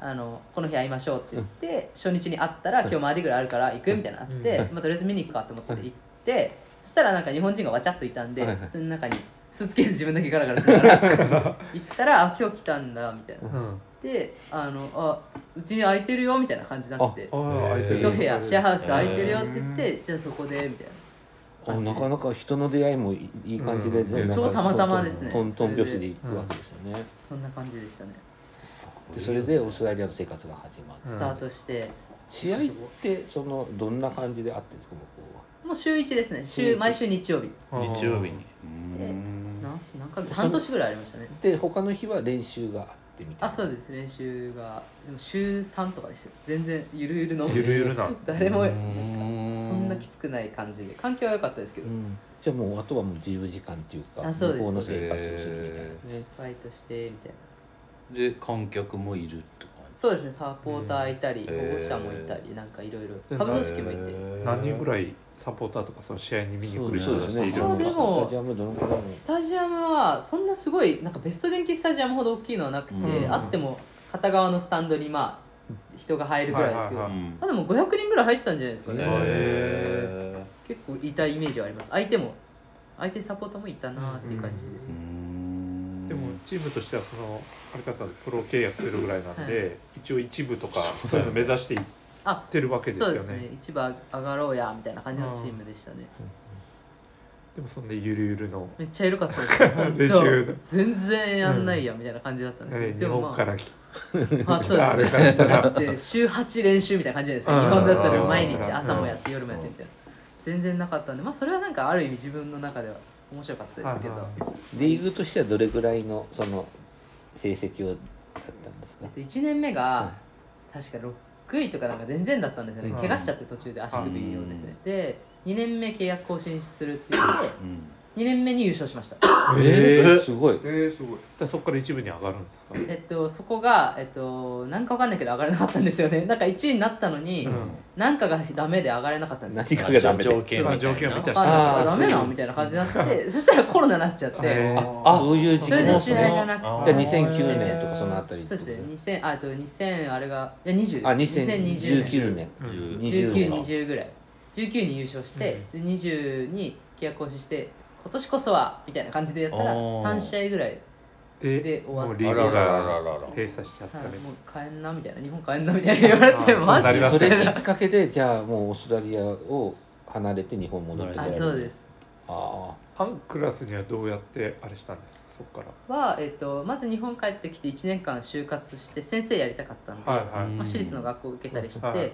Speaker 7: あのこの日会いましょうって言って、初日に会ったら今日マーディグラあるから行くみたいなのあって、まあ、とりあえず見に行くかと思って行って、そしたらなんか日本人がわちゃっといたんで、
Speaker 4: はいはい
Speaker 7: その中にスーツケース自分だけガラガラしながら行ったらあ今日来たんだみたいな
Speaker 3: うん
Speaker 7: であのあうちに空いてるよみたいな感じになって
Speaker 3: ああ
Speaker 6: え
Speaker 7: 一部屋シェアハウス空いてるよって言っ
Speaker 5: へ
Speaker 7: て、じゃあそこでみたいな
Speaker 4: あなかなか人の出会いもいいい感じで、
Speaker 3: うん
Speaker 4: なんか
Speaker 7: 超たまたまですね
Speaker 4: トントン
Speaker 7: それで
Speaker 4: 拍子で行くわけですよね、
Speaker 7: そんな感じでしたね
Speaker 4: でそれでオーストラリアの生活が始まって、
Speaker 3: うん
Speaker 7: スタートして、
Speaker 4: 試合ってそのどんな感じであってんですか向こうは
Speaker 7: もう週1ですね
Speaker 4: 週
Speaker 7: 週
Speaker 4: 一
Speaker 7: 毎週日曜日
Speaker 6: 日曜日にう
Speaker 7: で
Speaker 6: ん
Speaker 7: 何し何ヶ月半年ぐらいありましたね
Speaker 4: で他の日は練習があってみたい
Speaker 7: あ
Speaker 4: な
Speaker 7: そうです練習がでも週3とかでしたよ全然ゆるゆるの
Speaker 3: ゆるゆるな
Speaker 7: 誰も
Speaker 6: う
Speaker 7: そ
Speaker 6: ん
Speaker 7: んなきつくない感じで環境は良かったですけど、
Speaker 4: うんじゃあもうあとはもう自由時間っていうか
Speaker 7: あそう
Speaker 4: 向
Speaker 7: です
Speaker 4: こうの生活をするみたいなね
Speaker 7: バイトしてみたいな
Speaker 6: で観客もいるとか
Speaker 7: そうですねサポーターいたり保
Speaker 6: うん
Speaker 7: 護者もいたりなんかいろいろ
Speaker 3: で
Speaker 7: 株組織もいて
Speaker 3: 何人ぐ
Speaker 6: い
Speaker 3: らいサポーターとかその試合に見に来る
Speaker 6: そ
Speaker 3: 人
Speaker 6: う
Speaker 3: たち
Speaker 6: です
Speaker 3: が
Speaker 6: ね
Speaker 3: いる
Speaker 7: そ
Speaker 3: の
Speaker 7: うで
Speaker 3: か
Speaker 4: スタジアムど
Speaker 7: すねも
Speaker 4: のくらいの
Speaker 7: スタジアムはそんなすごいなんかベスト電気スタジアムほど大きいのはなくて、
Speaker 3: うん
Speaker 7: あっても片側のスタンドにまあ人が入るぐらいですけど、
Speaker 3: は
Speaker 6: う
Speaker 3: い
Speaker 6: ん
Speaker 7: まあでも500人ぐらい入ってたんじゃないですかね、
Speaker 6: へ
Speaker 7: 結構いたイメージはあります相手も相手サポーターもいたなっていう感じで、
Speaker 6: ーうん
Speaker 3: でもチームとしてはそのあれだったらプロ契約するぐらいなんで、
Speaker 7: は
Speaker 3: 一応一部とかそういうの目指していっ
Speaker 7: あ
Speaker 3: てるわけです
Speaker 7: そ
Speaker 3: よ
Speaker 7: う
Speaker 3: ね
Speaker 7: ですね一番上がろうやみたいな感じのチームでしたね
Speaker 3: でもそんなゆるゆるの、
Speaker 7: めっちゃ緩かったです よ本当
Speaker 3: 練習
Speaker 7: 全然やんないやみたいな感じだったんですけど、
Speaker 3: えー
Speaker 7: で
Speaker 3: 日
Speaker 7: も
Speaker 3: 本
Speaker 7: ま
Speaker 3: か
Speaker 7: あ
Speaker 3: ら来
Speaker 7: まあそう
Speaker 3: たあ
Speaker 7: で
Speaker 3: れからしたら
Speaker 7: すで週8練習みたいな感じじゃないです
Speaker 3: う
Speaker 7: か
Speaker 3: ん
Speaker 7: 日本だったら
Speaker 3: うん
Speaker 7: 毎日朝もやって夜もやってみたいな全然なかったんでまあそれはなんかある意味自分の中では面白かったですけど
Speaker 3: はいはい
Speaker 4: リーグとしてはどれぐらいのその成績をだったんです
Speaker 7: え
Speaker 4: か
Speaker 7: っと1年目が確か6位とかなんか全然だったんですよね、
Speaker 3: うん
Speaker 7: 怪我しちゃって途中で足首をです
Speaker 6: う
Speaker 7: ねで2年目契約更新するって言って
Speaker 6: うん
Speaker 7: 2年目に優勝しました
Speaker 3: えー
Speaker 4: すごい
Speaker 5: えー、すごい。
Speaker 3: でそこから一部に上がるんですか
Speaker 7: えっとそこがえっとなんかわかんないけど上がれなかったんですよね なんか1位になったのに、
Speaker 3: うん
Speaker 7: なんかがダメで上がれなかったんですよ
Speaker 4: 何かがダメで
Speaker 6: 条件みたいな
Speaker 3: 条件を満たして
Speaker 7: あ
Speaker 4: あー
Speaker 7: ダメなのみたいな感じになってそしたらコロナになっちゃって、
Speaker 3: えー
Speaker 4: あそういう時期
Speaker 7: それで
Speaker 4: も
Speaker 7: 試合がなく
Speaker 6: あー
Speaker 7: て
Speaker 4: じゃあ2009年とかそのあたり
Speaker 7: そうですね2000ああと2000あれがいや20です
Speaker 4: あ
Speaker 7: 2020
Speaker 4: 2019年
Speaker 7: 年
Speaker 3: うん
Speaker 4: 20
Speaker 7: 1920ぐらい19に優勝して、で20に契約更新して今年こそはみたいな感じでやったら
Speaker 6: おー
Speaker 7: 3試合ぐらい、
Speaker 3: で
Speaker 7: で終わっ
Speaker 3: もうリー
Speaker 6: あ
Speaker 3: グ
Speaker 6: らららら
Speaker 3: が
Speaker 6: ら
Speaker 3: 閉鎖しちゃった
Speaker 7: はい
Speaker 3: り、
Speaker 7: もう帰んなみたいな日本帰んなみたいな言われて
Speaker 3: あー
Speaker 7: マジ
Speaker 3: そうなりま
Speaker 4: そ
Speaker 3: す
Speaker 7: で
Speaker 4: れきっかけでじゃあもうオーストラリアを離れて日本戻ってこら
Speaker 7: あ
Speaker 4: れる
Speaker 7: そうです
Speaker 4: あ
Speaker 3: アンクラスにはどうやってあれしたんですかそこか
Speaker 7: は、えっとまず日本帰ってきて1年間就活して先生やりたかったんで、
Speaker 3: らはいはい、
Speaker 6: うん
Speaker 7: まあ、私立の学校受けたりして、
Speaker 3: はい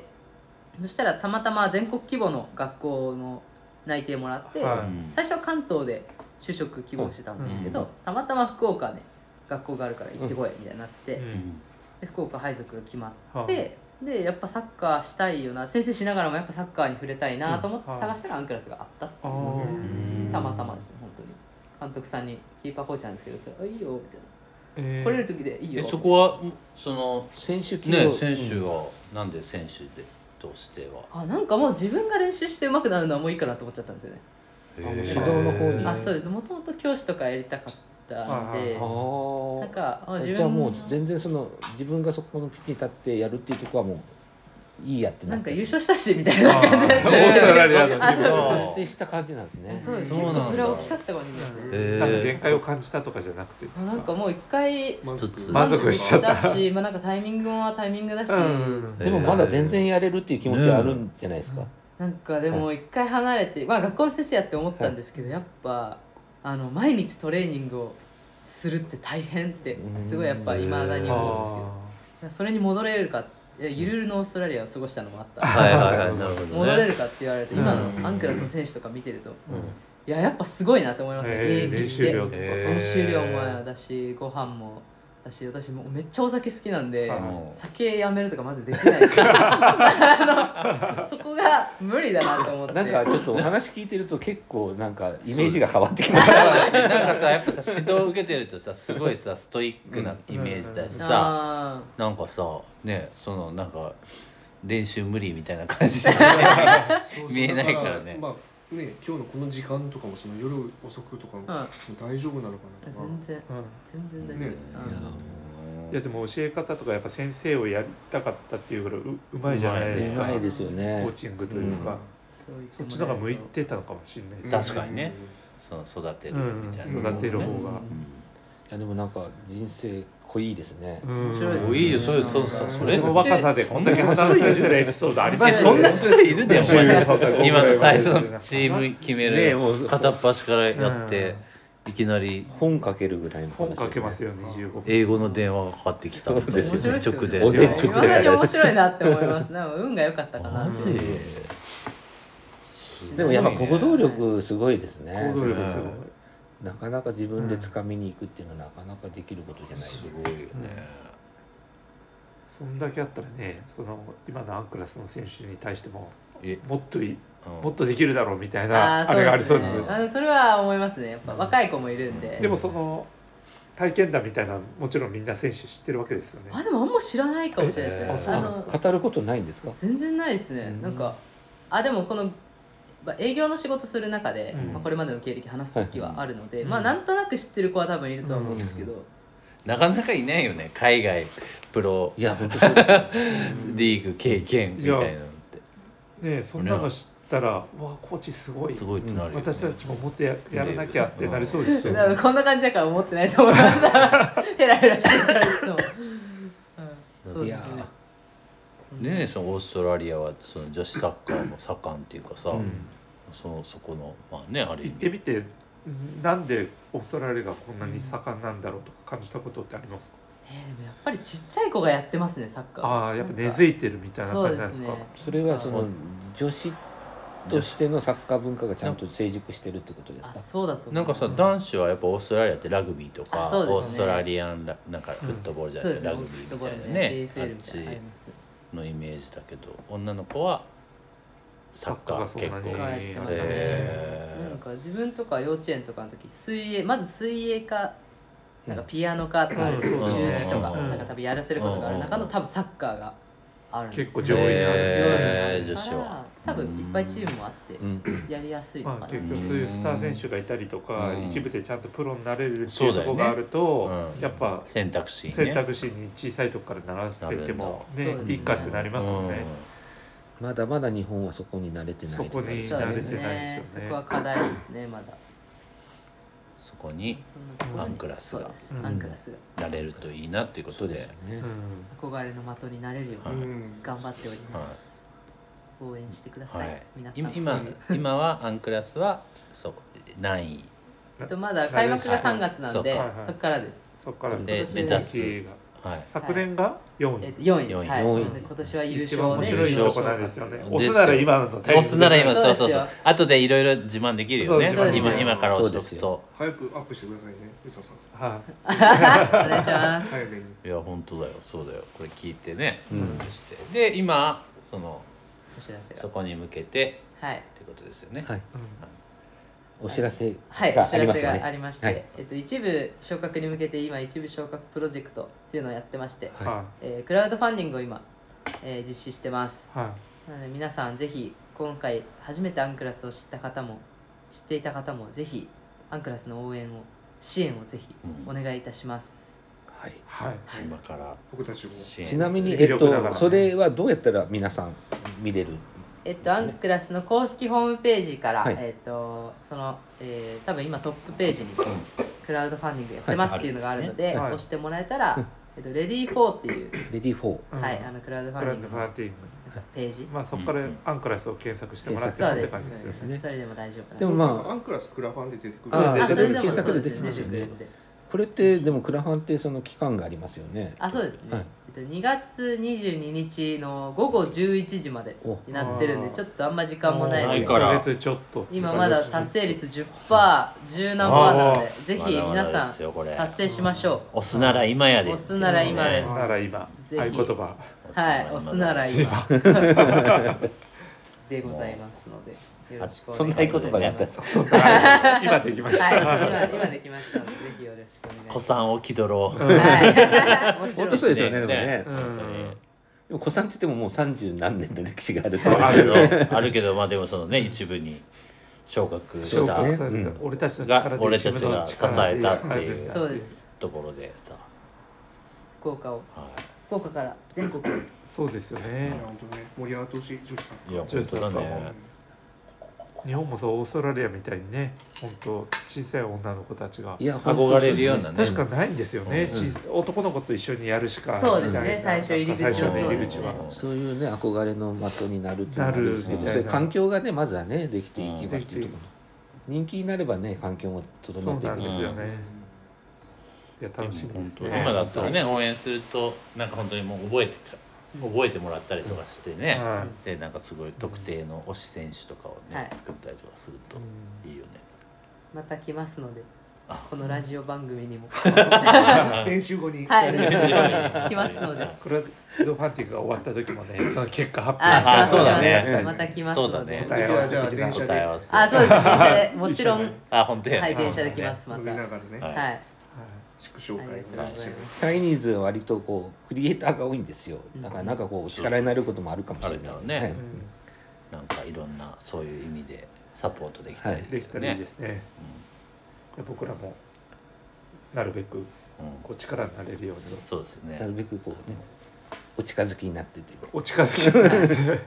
Speaker 7: そしたらたまたま全国規模の学校の内定もらって、
Speaker 3: はい
Speaker 6: うん
Speaker 7: 最初は関東で就職希望してたんですけど、
Speaker 6: うん
Speaker 7: たまたま福岡で学校があるから行ってこいみたいになって、
Speaker 3: うん
Speaker 7: で福岡配属が決まっ
Speaker 3: は
Speaker 7: て、でやっぱサッカーしたいよな先生しながらもやっぱサッカーに触れたいなと思って
Speaker 3: うん
Speaker 7: 探したらアンクラスがあったって
Speaker 3: あ
Speaker 7: いう
Speaker 3: ー
Speaker 6: うん
Speaker 7: たまたまですね本当に監督さんにキーパーコーチなんですけどそれあいいよ」みたい
Speaker 3: えー
Speaker 7: な「来れる時でいいよ」
Speaker 6: えそこはその
Speaker 4: あ選手起用
Speaker 6: ね選手
Speaker 4: うん
Speaker 6: はなんで選手でとしては
Speaker 7: あなんかもう自分が練習して上手くなるのはもういいかなと思っちゃったんですよね、
Speaker 4: の
Speaker 6: へー
Speaker 4: 指導の方にうん
Speaker 7: あそうですもともと教師とかやりたかったんで
Speaker 3: あ
Speaker 4: あ
Speaker 7: なん
Speaker 4: ー
Speaker 7: かあ自分
Speaker 4: じゃあもう全然その自分がそこのピッチに立ってやるっていうとこはもういいやってな
Speaker 7: な
Speaker 4: っ
Speaker 7: ん
Speaker 4: ち
Speaker 7: か
Speaker 4: ゃう
Speaker 7: 優勝したしみたいな感じになっちゃ
Speaker 3: あーオーストラ
Speaker 7: う
Speaker 3: リアの
Speaker 7: あそう
Speaker 6: そう
Speaker 7: そう
Speaker 4: 達成した感じなんですね
Speaker 7: そうです
Speaker 6: そう
Speaker 7: 結
Speaker 6: なんだ
Speaker 7: 構それは大きかったかもしれないですね、
Speaker 3: なんか
Speaker 6: へ
Speaker 3: 限界を感じたとかじゃなくてですか
Speaker 7: なんかもう一回
Speaker 6: ー一つ
Speaker 3: 満足しちゃった
Speaker 7: し、まあ、なんかタイミングもタイミングだし、
Speaker 3: うん
Speaker 4: でもまだ全然やれるっていう気持ちはあるんじゃないですか
Speaker 7: なんかでも一回離れて、まあ、学校の先生やって思ったんですけど、やっぱあの毎日トレーニングをするって大変ってすごいやっぱいまだに思うんですけど
Speaker 3: あ
Speaker 7: いやそれに戻れるかいやゆるゆるのオーストラリアを過ごしたのもあっ た
Speaker 6: はいはいはいなるほど
Speaker 7: 戻れ
Speaker 6: ね
Speaker 7: るかって言われて今
Speaker 3: うん
Speaker 7: のアンクラスの選手とか見てると、いややっぱすごいなと思いますね、
Speaker 3: えー
Speaker 7: 現
Speaker 3: 練
Speaker 7: 役
Speaker 3: 習
Speaker 7: で
Speaker 3: 量とか、
Speaker 6: え
Speaker 7: 練習量もだしご飯もだし私もうめっちゃお酒好きなんで、
Speaker 3: はい
Speaker 7: 酒やめるとかまずできな いしあのそこが無理だなと思って
Speaker 4: なんかちょっとお話聞いてると結構なんかイメージが変わってきました
Speaker 6: なんかさやっぱさ指導受けてるとさすごいさストイックなイメージだしさ
Speaker 7: あ
Speaker 6: なんかさねそのなんか練習無理みたいな感じで
Speaker 5: そうそう
Speaker 6: 見えないからね
Speaker 5: だまあね今日のこの時間とかもその夜遅くとかも
Speaker 7: あ
Speaker 5: 大丈夫なのかなとか。
Speaker 7: 全然
Speaker 3: うん
Speaker 7: 全然大丈夫です、
Speaker 4: いや
Speaker 7: あの
Speaker 4: う
Speaker 3: いやでも教え方とかやっぱ先生をやりたかったっていうぐらいううまいじゃないです
Speaker 4: う
Speaker 3: か
Speaker 4: まいですよ
Speaker 3: コ
Speaker 4: ね
Speaker 3: ーチングというか、
Speaker 4: うん
Speaker 7: そう言っ
Speaker 3: そっ
Speaker 7: てもらえると
Speaker 3: ちの方が向いてたのかもしれないですね
Speaker 6: 確かにねその育てる
Speaker 3: うん
Speaker 6: みたいな、
Speaker 3: 育てる方
Speaker 4: い
Speaker 3: が、
Speaker 4: やでもなんか人生濃いですね、
Speaker 3: うん
Speaker 7: 面白いですね
Speaker 6: おいいよそうそうそうそれ
Speaker 3: この若さでこんだけ話されてるエピソードあります
Speaker 6: そんな人いるでお前
Speaker 3: そうだごめん
Speaker 6: 今の最初のチーム決め
Speaker 4: ねえ
Speaker 6: る
Speaker 4: もう
Speaker 6: 片っ端からやっていきなり
Speaker 4: 本かけるぐらいの話
Speaker 3: 本書けますよ25分
Speaker 6: 英語の電話がかかってきたみたいな
Speaker 4: そうです
Speaker 7: よね
Speaker 6: 直で
Speaker 4: おでん直
Speaker 7: いまだに面白いなって思いますね運が良かったかな
Speaker 6: マ
Speaker 7: って
Speaker 6: ジ
Speaker 4: でもやっぱ行動力すごいですね
Speaker 3: 行動力すごい
Speaker 4: なかなか自分で掴みに行くっていうのはなかなかできることじゃないです
Speaker 6: す
Speaker 4: ね
Speaker 6: ごいよね
Speaker 3: そんだけあったらねその今のアンクラスの選手に対しても
Speaker 6: え
Speaker 3: もっとい
Speaker 6: うん
Speaker 3: もっとできるだろうみたい
Speaker 7: あ
Speaker 3: な
Speaker 7: ー
Speaker 3: あれがありそう
Speaker 7: ね
Speaker 3: です
Speaker 7: あのそれは思いますねやっぱ若い子もいるんで、
Speaker 3: でもその体験談みたいなのもちろんみんな選手知ってるわけですよね
Speaker 7: あでもあんま知らないかもしれないですね、
Speaker 6: えーあそう
Speaker 7: あ
Speaker 6: なん
Speaker 7: の
Speaker 4: 語ることないんですか
Speaker 7: 全然ないですね、
Speaker 4: うん
Speaker 7: なんかあでもこのまあ営業の仕事する中で、
Speaker 3: うん
Speaker 7: まあ、これまでの経歴話す時はあるので、
Speaker 3: い
Speaker 7: まあなんとなく知ってる子は多分いるとは思うんですけど、
Speaker 6: なかなかいないよね海外プロ
Speaker 4: いや本当そうですよ
Speaker 6: リーグ経験みたいなのっ
Speaker 3: ねそんなの知ったらわあコーチすご
Speaker 6: て
Speaker 3: い
Speaker 6: すごいってなるよね
Speaker 3: 私たちももっとややらなきゃってなりそうです
Speaker 6: う
Speaker 3: よ
Speaker 6: ん
Speaker 3: ね
Speaker 7: 多分こんな感じだから思ってないと思いますヘラヘラしてたいつも、うん、そう
Speaker 4: い
Speaker 7: で
Speaker 4: や
Speaker 7: すね
Speaker 6: ねえそのオーストラリアはその女子サッカーも盛んっていうかさ、
Speaker 4: ん
Speaker 6: そのそこのまあねある意
Speaker 3: 行っ
Speaker 6: 味
Speaker 3: てみてなんでオーストラリアがこんなに盛んなんだろうとか感じたことってありますか
Speaker 7: えーでもやっぱりちっちゃい子がやってますねサッカー
Speaker 3: ああやっぱ根付いてるみたいな
Speaker 7: そう
Speaker 3: 感じ
Speaker 7: で
Speaker 3: なんですす
Speaker 7: ね
Speaker 3: か
Speaker 4: それはその女子としてのサッカー文化がちゃんと成熟してるってことです
Speaker 7: あ
Speaker 4: か
Speaker 7: そうだと思う
Speaker 6: なんかさ男子はやっぱオーストラリアってラグビーとか、
Speaker 7: あそうですね
Speaker 6: オーストラリアンラなんかフットボールじゃ
Speaker 7: そう
Speaker 6: なく
Speaker 7: で
Speaker 6: て、
Speaker 7: すね
Speaker 6: ラグビ
Speaker 7: フッ
Speaker 6: ー
Speaker 7: ト
Speaker 6: み
Speaker 7: ボ
Speaker 6: たい
Speaker 7: ール
Speaker 6: な
Speaker 7: ね
Speaker 6: ね
Speaker 7: AFL みたいなのあります
Speaker 6: あっちのイメージだけど女の子はサッカー
Speaker 3: サッ
Speaker 6: 結
Speaker 3: カーがそ
Speaker 6: 構
Speaker 3: んなに
Speaker 7: 変えてますね、
Speaker 6: えー
Speaker 7: なんか自分とか幼稚園とかの時水泳まず水泳かなんかピアノかとかあるんです
Speaker 3: うん
Speaker 7: 習字とか、
Speaker 3: うん
Speaker 7: なんか多分やらせることがある中の
Speaker 6: うん
Speaker 7: 多分サッカーがあるんです、ね、
Speaker 3: 結構上位にある
Speaker 6: えー
Speaker 7: 上位にあるか
Speaker 6: 女子
Speaker 7: ら
Speaker 6: は
Speaker 7: 多分いっぱいチームもあって
Speaker 4: うん
Speaker 7: やりやすいの
Speaker 3: ま
Speaker 7: かな
Speaker 3: あ、結局そういうスター選手がいたりとか、
Speaker 6: うん
Speaker 3: 一部でちゃんとプロになれるって
Speaker 6: そ
Speaker 3: いうう
Speaker 6: だ
Speaker 3: と
Speaker 6: よ
Speaker 3: こ
Speaker 6: ね
Speaker 3: ろがあると、
Speaker 6: うん
Speaker 3: やっぱ
Speaker 6: 選択肢ね
Speaker 3: 選択肢に小さいとこからならせても
Speaker 7: な
Speaker 3: ね
Speaker 7: るんだ
Speaker 3: 一家ってなりますもんね、
Speaker 4: まだまだ日本はそこに慣れてない
Speaker 3: そこに
Speaker 7: そう
Speaker 3: 慣
Speaker 7: で
Speaker 3: れ
Speaker 7: す
Speaker 3: てない
Speaker 7: ね
Speaker 3: です
Speaker 7: そ
Speaker 3: よね
Speaker 7: こは課題ですねまだ
Speaker 6: うんそこに
Speaker 7: そんなところに
Speaker 6: アンクラスが
Speaker 7: そうです
Speaker 3: うん
Speaker 7: アンクラスが
Speaker 6: なれるといいなっていうこ
Speaker 4: そ
Speaker 6: と
Speaker 4: う
Speaker 6: で
Speaker 4: ですよね、
Speaker 7: 憧れの的になれるよう
Speaker 5: う
Speaker 7: に
Speaker 5: ん
Speaker 7: 頑張っております、応援してくださ、
Speaker 6: はいい
Speaker 7: 皆さん
Speaker 6: 今今今はアンクラスはそう何位
Speaker 7: えっとまだ開幕が3月なんで、
Speaker 6: はい
Speaker 3: そうか
Speaker 7: そこからです、
Speaker 3: そこから
Speaker 6: で
Speaker 7: 目
Speaker 6: 指す
Speaker 3: が
Speaker 6: はい
Speaker 3: 昨年が4位、
Speaker 7: えっと、4位です、
Speaker 6: 四位
Speaker 7: はい、
Speaker 4: 四位
Speaker 7: で今年は優
Speaker 3: 一番
Speaker 7: 勝
Speaker 3: 面白
Speaker 7: で
Speaker 3: い
Speaker 6: 優勝
Speaker 3: とこなんですよね
Speaker 6: ですよ
Speaker 3: 押すなら今のタイミング
Speaker 6: 押すなら今
Speaker 7: そう
Speaker 6: そ
Speaker 7: で
Speaker 6: う
Speaker 7: す
Speaker 6: そ
Speaker 7: よ
Speaker 6: うそう後でいろいろ自慢できるよね
Speaker 7: そうですよ
Speaker 6: 今今から押しとくと
Speaker 5: 早くアップしてくださいね、うささん。
Speaker 3: はい
Speaker 7: お願いします
Speaker 5: 早めに。
Speaker 6: いや本当だよそうだよこれ聞いてね、
Speaker 4: うん
Speaker 6: してで今その
Speaker 7: お知らせ
Speaker 6: そ
Speaker 7: が
Speaker 6: こに向けて
Speaker 7: はい
Speaker 6: っていうことですよね、
Speaker 4: はい
Speaker 3: うん
Speaker 4: お知らせが
Speaker 7: はい、お知
Speaker 4: あり
Speaker 7: ら
Speaker 4: ま
Speaker 7: せ
Speaker 4: すよ
Speaker 7: があ
Speaker 4: ね
Speaker 7: りまして、
Speaker 4: はい
Speaker 7: えっと、一部昇格に向けて今一部昇格プロジェクトっていうのをやってまして、
Speaker 4: はい
Speaker 3: は
Speaker 7: えークラウドファンディングを今、えー実施してます
Speaker 3: いはい
Speaker 7: なので皆さんぜひ今回初めてアンクラスを知った方も知っていた方もぜひアンクラスの応援を支援をぜひお願いいたします、
Speaker 4: はい
Speaker 3: はい
Speaker 6: 今から
Speaker 5: 僕たちも。
Speaker 6: 支援
Speaker 4: ちなみに、
Speaker 3: ね
Speaker 4: えっ
Speaker 3: 魅力だから
Speaker 4: と、
Speaker 3: ね
Speaker 4: それはどうやったら皆さん見れる
Speaker 7: えっと、アンクラスの公式ホームページから、
Speaker 4: はい
Speaker 7: えっと、その、えー多分今トップページに、クラウドファンディングやってますっていうのがあるので、
Speaker 3: はい
Speaker 7: 押してもらえたら、えっと、レディー4っていう、
Speaker 4: レディーフォー
Speaker 3: うん
Speaker 7: はい、あの、クラウドファン
Speaker 3: グラ
Speaker 7: ディン
Speaker 3: ンド
Speaker 7: グ
Speaker 3: フ
Speaker 7: の
Speaker 3: ァーティーン
Speaker 7: ページ。
Speaker 3: まあそこから
Speaker 6: うん
Speaker 3: アンクラスを検索してもらっても
Speaker 7: そう
Speaker 3: って
Speaker 7: で
Speaker 3: 感じです
Speaker 7: す
Speaker 3: ね
Speaker 4: ですね
Speaker 7: それでも大丈夫
Speaker 4: でも
Speaker 7: なん
Speaker 4: ま
Speaker 5: ア
Speaker 4: あ
Speaker 5: ンクラスクラファンで出てくる。
Speaker 4: あ
Speaker 7: あ、それでも
Speaker 4: 検
Speaker 7: そ
Speaker 4: 索
Speaker 7: う
Speaker 4: で
Speaker 7: で
Speaker 4: ですき
Speaker 7: ね、
Speaker 4: ま
Speaker 7: 出
Speaker 4: すよ
Speaker 7: てく
Speaker 4: ね
Speaker 7: るんで。
Speaker 4: これってでもクラファンってその期間がありますよね
Speaker 7: あ、そうですね。
Speaker 4: はい
Speaker 7: えっと、2月22日の午後11時まで
Speaker 4: お
Speaker 7: になってるんで、
Speaker 3: あー
Speaker 7: ちょっとあんま時間もない
Speaker 6: な
Speaker 7: の
Speaker 6: い
Speaker 7: で
Speaker 6: か、ら
Speaker 3: 1ヶ月ちょっと
Speaker 7: 今まだ達成率10%、10何パーなので、ぜひ皆さん
Speaker 6: 達
Speaker 7: 達成しましょう。
Speaker 6: 押すなら今やで
Speaker 7: 押すなら今で
Speaker 3: 押すなら今
Speaker 7: ぜひ
Speaker 3: 合言 葉
Speaker 7: はい、おすなら
Speaker 6: 今
Speaker 7: 今。でございますので、よろしくお
Speaker 4: そん
Speaker 7: 願い
Speaker 4: な
Speaker 7: します。
Speaker 4: 言葉があったんですか
Speaker 3: 今できました
Speaker 7: はい、今今できましたので、ぜひよろしくお願いし
Speaker 6: 子
Speaker 7: ます。
Speaker 6: さんを気取ろう
Speaker 7: はい、もちろ
Speaker 4: 本当
Speaker 7: んです
Speaker 4: そうですよねでもね
Speaker 6: ね
Speaker 3: うん
Speaker 6: 本当に
Speaker 4: でも子さんって言ってももう三十何年の歴史がある
Speaker 3: そう
Speaker 6: あ
Speaker 3: あ
Speaker 6: る
Speaker 3: る
Speaker 6: よ
Speaker 3: よ
Speaker 6: あるけどまあでもそのね一部に昇格
Speaker 4: そ
Speaker 6: し
Speaker 4: うだ
Speaker 6: た
Speaker 4: ね
Speaker 3: 昇格された
Speaker 4: うん
Speaker 3: 俺たちの
Speaker 6: が
Speaker 3: 力で
Speaker 6: 俺たちが支えたって
Speaker 3: 自分の力
Speaker 6: いう
Speaker 3: で
Speaker 7: そうです。
Speaker 6: ところでさ
Speaker 7: 福岡を
Speaker 6: は
Speaker 7: 福岡から全国に
Speaker 3: そうですよね、
Speaker 5: や本当ね盛り上がってほしい女子さん
Speaker 6: い、いや本当だ
Speaker 5: う
Speaker 6: ね
Speaker 5: ん
Speaker 3: 日本もそうオーストラリアみたいにね本当小さい女の子たちが
Speaker 4: いや
Speaker 6: 憧れるよう
Speaker 4: な
Speaker 6: なね
Speaker 3: 確かないんですよね、
Speaker 6: うん
Speaker 3: ち男の子と一緒にやるしか
Speaker 7: そうですね
Speaker 3: みたいな
Speaker 7: 最初入り口
Speaker 3: 最
Speaker 7: は
Speaker 3: 初の入り口は
Speaker 7: そうですね
Speaker 4: そういうね憧れの的になるっていうのはあるんですけど
Speaker 6: なるみたいな
Speaker 4: そういう環境がねまずはねできていけば
Speaker 3: うん
Speaker 4: っていうところ、人気になればね環境も
Speaker 3: そ
Speaker 4: 整
Speaker 3: う
Speaker 4: ってい
Speaker 3: な
Speaker 4: く
Speaker 3: ん
Speaker 4: の
Speaker 3: で
Speaker 4: です
Speaker 3: よね、
Speaker 5: うん
Speaker 3: いや楽しみです
Speaker 6: 本
Speaker 3: ね
Speaker 6: 当今だったらね応援するとなんか本当にもう覚えて覚えてもらったりとかしてね、
Speaker 3: は
Speaker 6: でなんかすごい特定の推し選手とかをね、
Speaker 7: はい
Speaker 6: 作ったりとかするといいよね。
Speaker 7: また来ますので
Speaker 6: あ
Speaker 7: このラジオ番 組にも
Speaker 5: 練習後に
Speaker 7: はい練習に来ますので
Speaker 3: い、クラウドファンディングが終わった時もねその結果発表
Speaker 7: あしま
Speaker 6: あそ
Speaker 7: す
Speaker 6: う
Speaker 7: し
Speaker 6: だ
Speaker 7: ま
Speaker 6: ね
Speaker 7: すまた来ます
Speaker 6: そう
Speaker 7: の
Speaker 6: だ
Speaker 7: で
Speaker 6: ね。
Speaker 5: 答え合わせ的な
Speaker 6: 答え合わせ。
Speaker 7: あそう です電車でもちろん
Speaker 5: 一緒に
Speaker 6: あ本当や、ね。
Speaker 7: はい電車で来ますま
Speaker 5: 飲
Speaker 7: た
Speaker 5: みながらね、
Speaker 6: はい
Speaker 7: はい
Speaker 5: 地区紹介をしてね
Speaker 4: チャイニーズは割とこうクリエイターが多いんですよ
Speaker 7: うん
Speaker 4: だからなんかこうお力になることもあるかもしれない
Speaker 6: あるんだろうね
Speaker 4: はい
Speaker 6: なんかいろんなそういう意味でサポートできた
Speaker 4: は
Speaker 6: り
Speaker 4: い
Speaker 3: できたらいいですね
Speaker 6: う
Speaker 3: いや僕らもなるべく
Speaker 6: んうん
Speaker 3: こう力になれるように
Speaker 6: そうですね
Speaker 4: な。るべくこうねお近づきになってというか
Speaker 3: お近づ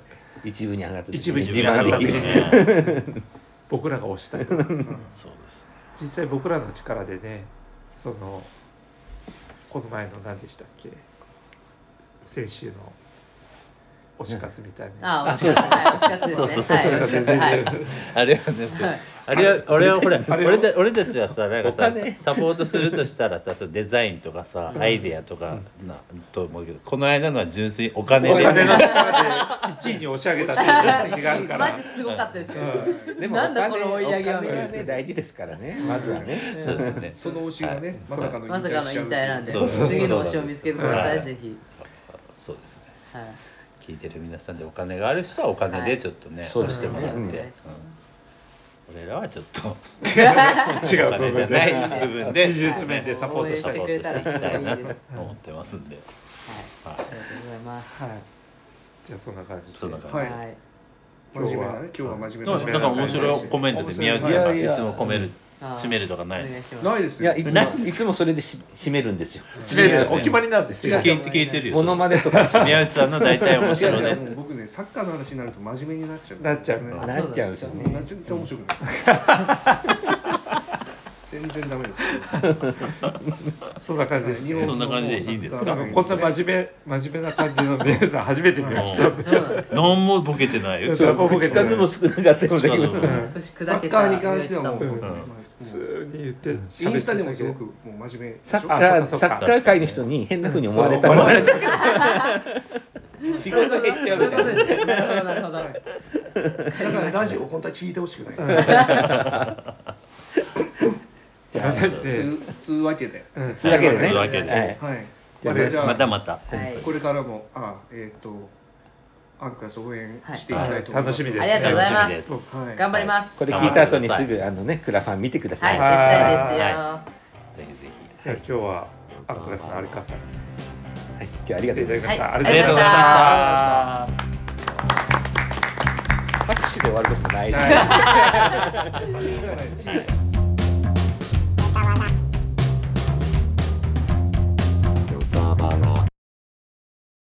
Speaker 3: き
Speaker 4: 一部に上がって
Speaker 3: 一部に
Speaker 4: 自慢できる
Speaker 3: 上が
Speaker 6: ね。
Speaker 3: 僕らが推したい
Speaker 6: そうですね。
Speaker 3: 実際僕らの力でねそのこの前の何でしたっけ先週の推し活みたいな
Speaker 7: あおしかはいおし活ですね はいおし活
Speaker 6: あれはね、
Speaker 7: はい
Speaker 6: あれは俺はほら
Speaker 3: あれは
Speaker 6: 俺た俺たちはさなん
Speaker 4: お
Speaker 6: かさ
Speaker 4: 金
Speaker 6: サポートするとしたらさそのデザインとかさ、アイデアとかなと思うけどこの間のは純粋にお金
Speaker 3: お金
Speaker 6: で
Speaker 3: の力で1位に押し上げたっていう時がある か
Speaker 7: はいマ
Speaker 3: ら
Speaker 7: ジすごかったですけど
Speaker 3: う
Speaker 4: で
Speaker 7: なんだこの追い上げは
Speaker 4: お金がね大事ですからねまずはね
Speaker 6: そうですね。
Speaker 5: その推しがね、まさかの
Speaker 7: まさかの引退なんで
Speaker 6: そうそう
Speaker 7: 次の推しを見つけてくださ
Speaker 6: はいい
Speaker 7: ぜひ
Speaker 6: そうですね。
Speaker 7: はい
Speaker 6: 聞いてる皆さんでお金がある人はお金でちょっとね、
Speaker 4: はい
Speaker 6: 出してもらって、
Speaker 7: そう
Speaker 6: うん
Speaker 7: ですね
Speaker 6: 俺らはちょっ と
Speaker 3: 違う
Speaker 6: お金じゃない部分で
Speaker 3: 技術面でサポートした
Speaker 7: 応援してくれたら
Speaker 6: サポートしていきたい
Speaker 7: いい
Speaker 6: な
Speaker 7: で
Speaker 6: と
Speaker 7: す
Speaker 6: 思ってますんで、
Speaker 7: は
Speaker 6: は
Speaker 7: いありがとうございます
Speaker 3: はいじゃあそんな感じで
Speaker 6: そんな感
Speaker 5: はい
Speaker 7: はい
Speaker 5: 真面目なね、今日は真
Speaker 6: い。
Speaker 5: 面目
Speaker 6: なんか面白いコメントで宮内さんが
Speaker 4: いやいや
Speaker 6: いつも込める
Speaker 7: あー
Speaker 6: 締めるとかない
Speaker 7: お。願いします
Speaker 5: ないです
Speaker 4: い
Speaker 5: よ
Speaker 4: やいつもいつもそれでし締めるんですよ
Speaker 3: 締めるお決まりなんですよ
Speaker 6: 聞いて聞いてるよ。
Speaker 4: モノマネとかにし
Speaker 6: 宮内さんの大体面
Speaker 5: 違う
Speaker 6: 白い
Speaker 5: 違う
Speaker 6: ね。
Speaker 5: もう僕ねサッカーの話になると真面目になっちゃう
Speaker 3: なっちゃう
Speaker 5: ですね
Speaker 4: なっちゃうんですよね
Speaker 5: 全然面白くない全然ダメです
Speaker 3: そんな感じです
Speaker 5: 日
Speaker 3: ね
Speaker 5: 本の
Speaker 6: そんな感じでいいんですか
Speaker 5: サッカー
Speaker 3: こんな真面目真面目な感じの皆さん初めて見ました
Speaker 7: そうなんです
Speaker 6: 何もボケてないよ。
Speaker 3: そう
Speaker 4: 口数も少なかったよ
Speaker 6: 口数
Speaker 4: ね
Speaker 6: も
Speaker 3: うん
Speaker 7: 少し
Speaker 5: サ
Speaker 7: 砕
Speaker 5: ッ
Speaker 7: けた
Speaker 5: カーに関してはもう、
Speaker 3: うん
Speaker 5: もう
Speaker 3: 普通に言って
Speaker 5: インスタでもすご
Speaker 3: く
Speaker 5: くもう真面目でし
Speaker 4: サ
Speaker 5: ょ
Speaker 4: ッカー
Speaker 3: そう
Speaker 4: サ
Speaker 3: かそ
Speaker 4: ッ
Speaker 3: うか
Speaker 4: カー界の人に変な風に思われた
Speaker 3: そう
Speaker 4: 思
Speaker 3: 思
Speaker 4: わ
Speaker 3: わ
Speaker 4: れ
Speaker 3: れ
Speaker 4: た
Speaker 3: た
Speaker 4: 仕事減っちゃうみたいな
Speaker 7: そういうことですねそうなるほど
Speaker 5: はいだからラジオ本当は聞いてほしくない
Speaker 4: じゃあ
Speaker 5: つつうわけで
Speaker 3: うん
Speaker 4: つうわけでね
Speaker 6: つうわけで
Speaker 4: はい
Speaker 5: はい
Speaker 4: じゃ
Speaker 5: ま
Speaker 4: あ
Speaker 5: たじゃあ
Speaker 6: またまた。
Speaker 7: はい
Speaker 5: これからもあえっ、とアンクラス応援していきたいと思います、
Speaker 3: 楽しみです
Speaker 7: ありがとうございます
Speaker 6: 楽しみです
Speaker 5: はい
Speaker 7: 頑張ります
Speaker 4: これ聞いた後にすぐあのねクラファン見てくださ
Speaker 7: はい
Speaker 4: い、
Speaker 7: 絶対ですよ
Speaker 6: ぜひぜひ。
Speaker 3: じゃあ今日はアンクラスの有川さんに
Speaker 4: はい、今日はあり
Speaker 3: 来
Speaker 4: がと
Speaker 3: て
Speaker 4: う
Speaker 3: い
Speaker 4: ござい
Speaker 3: ただきました、
Speaker 7: はい
Speaker 6: ありがとうございまし
Speaker 3: あ
Speaker 6: た。
Speaker 4: ます拍手で終わることもないですね
Speaker 5: はい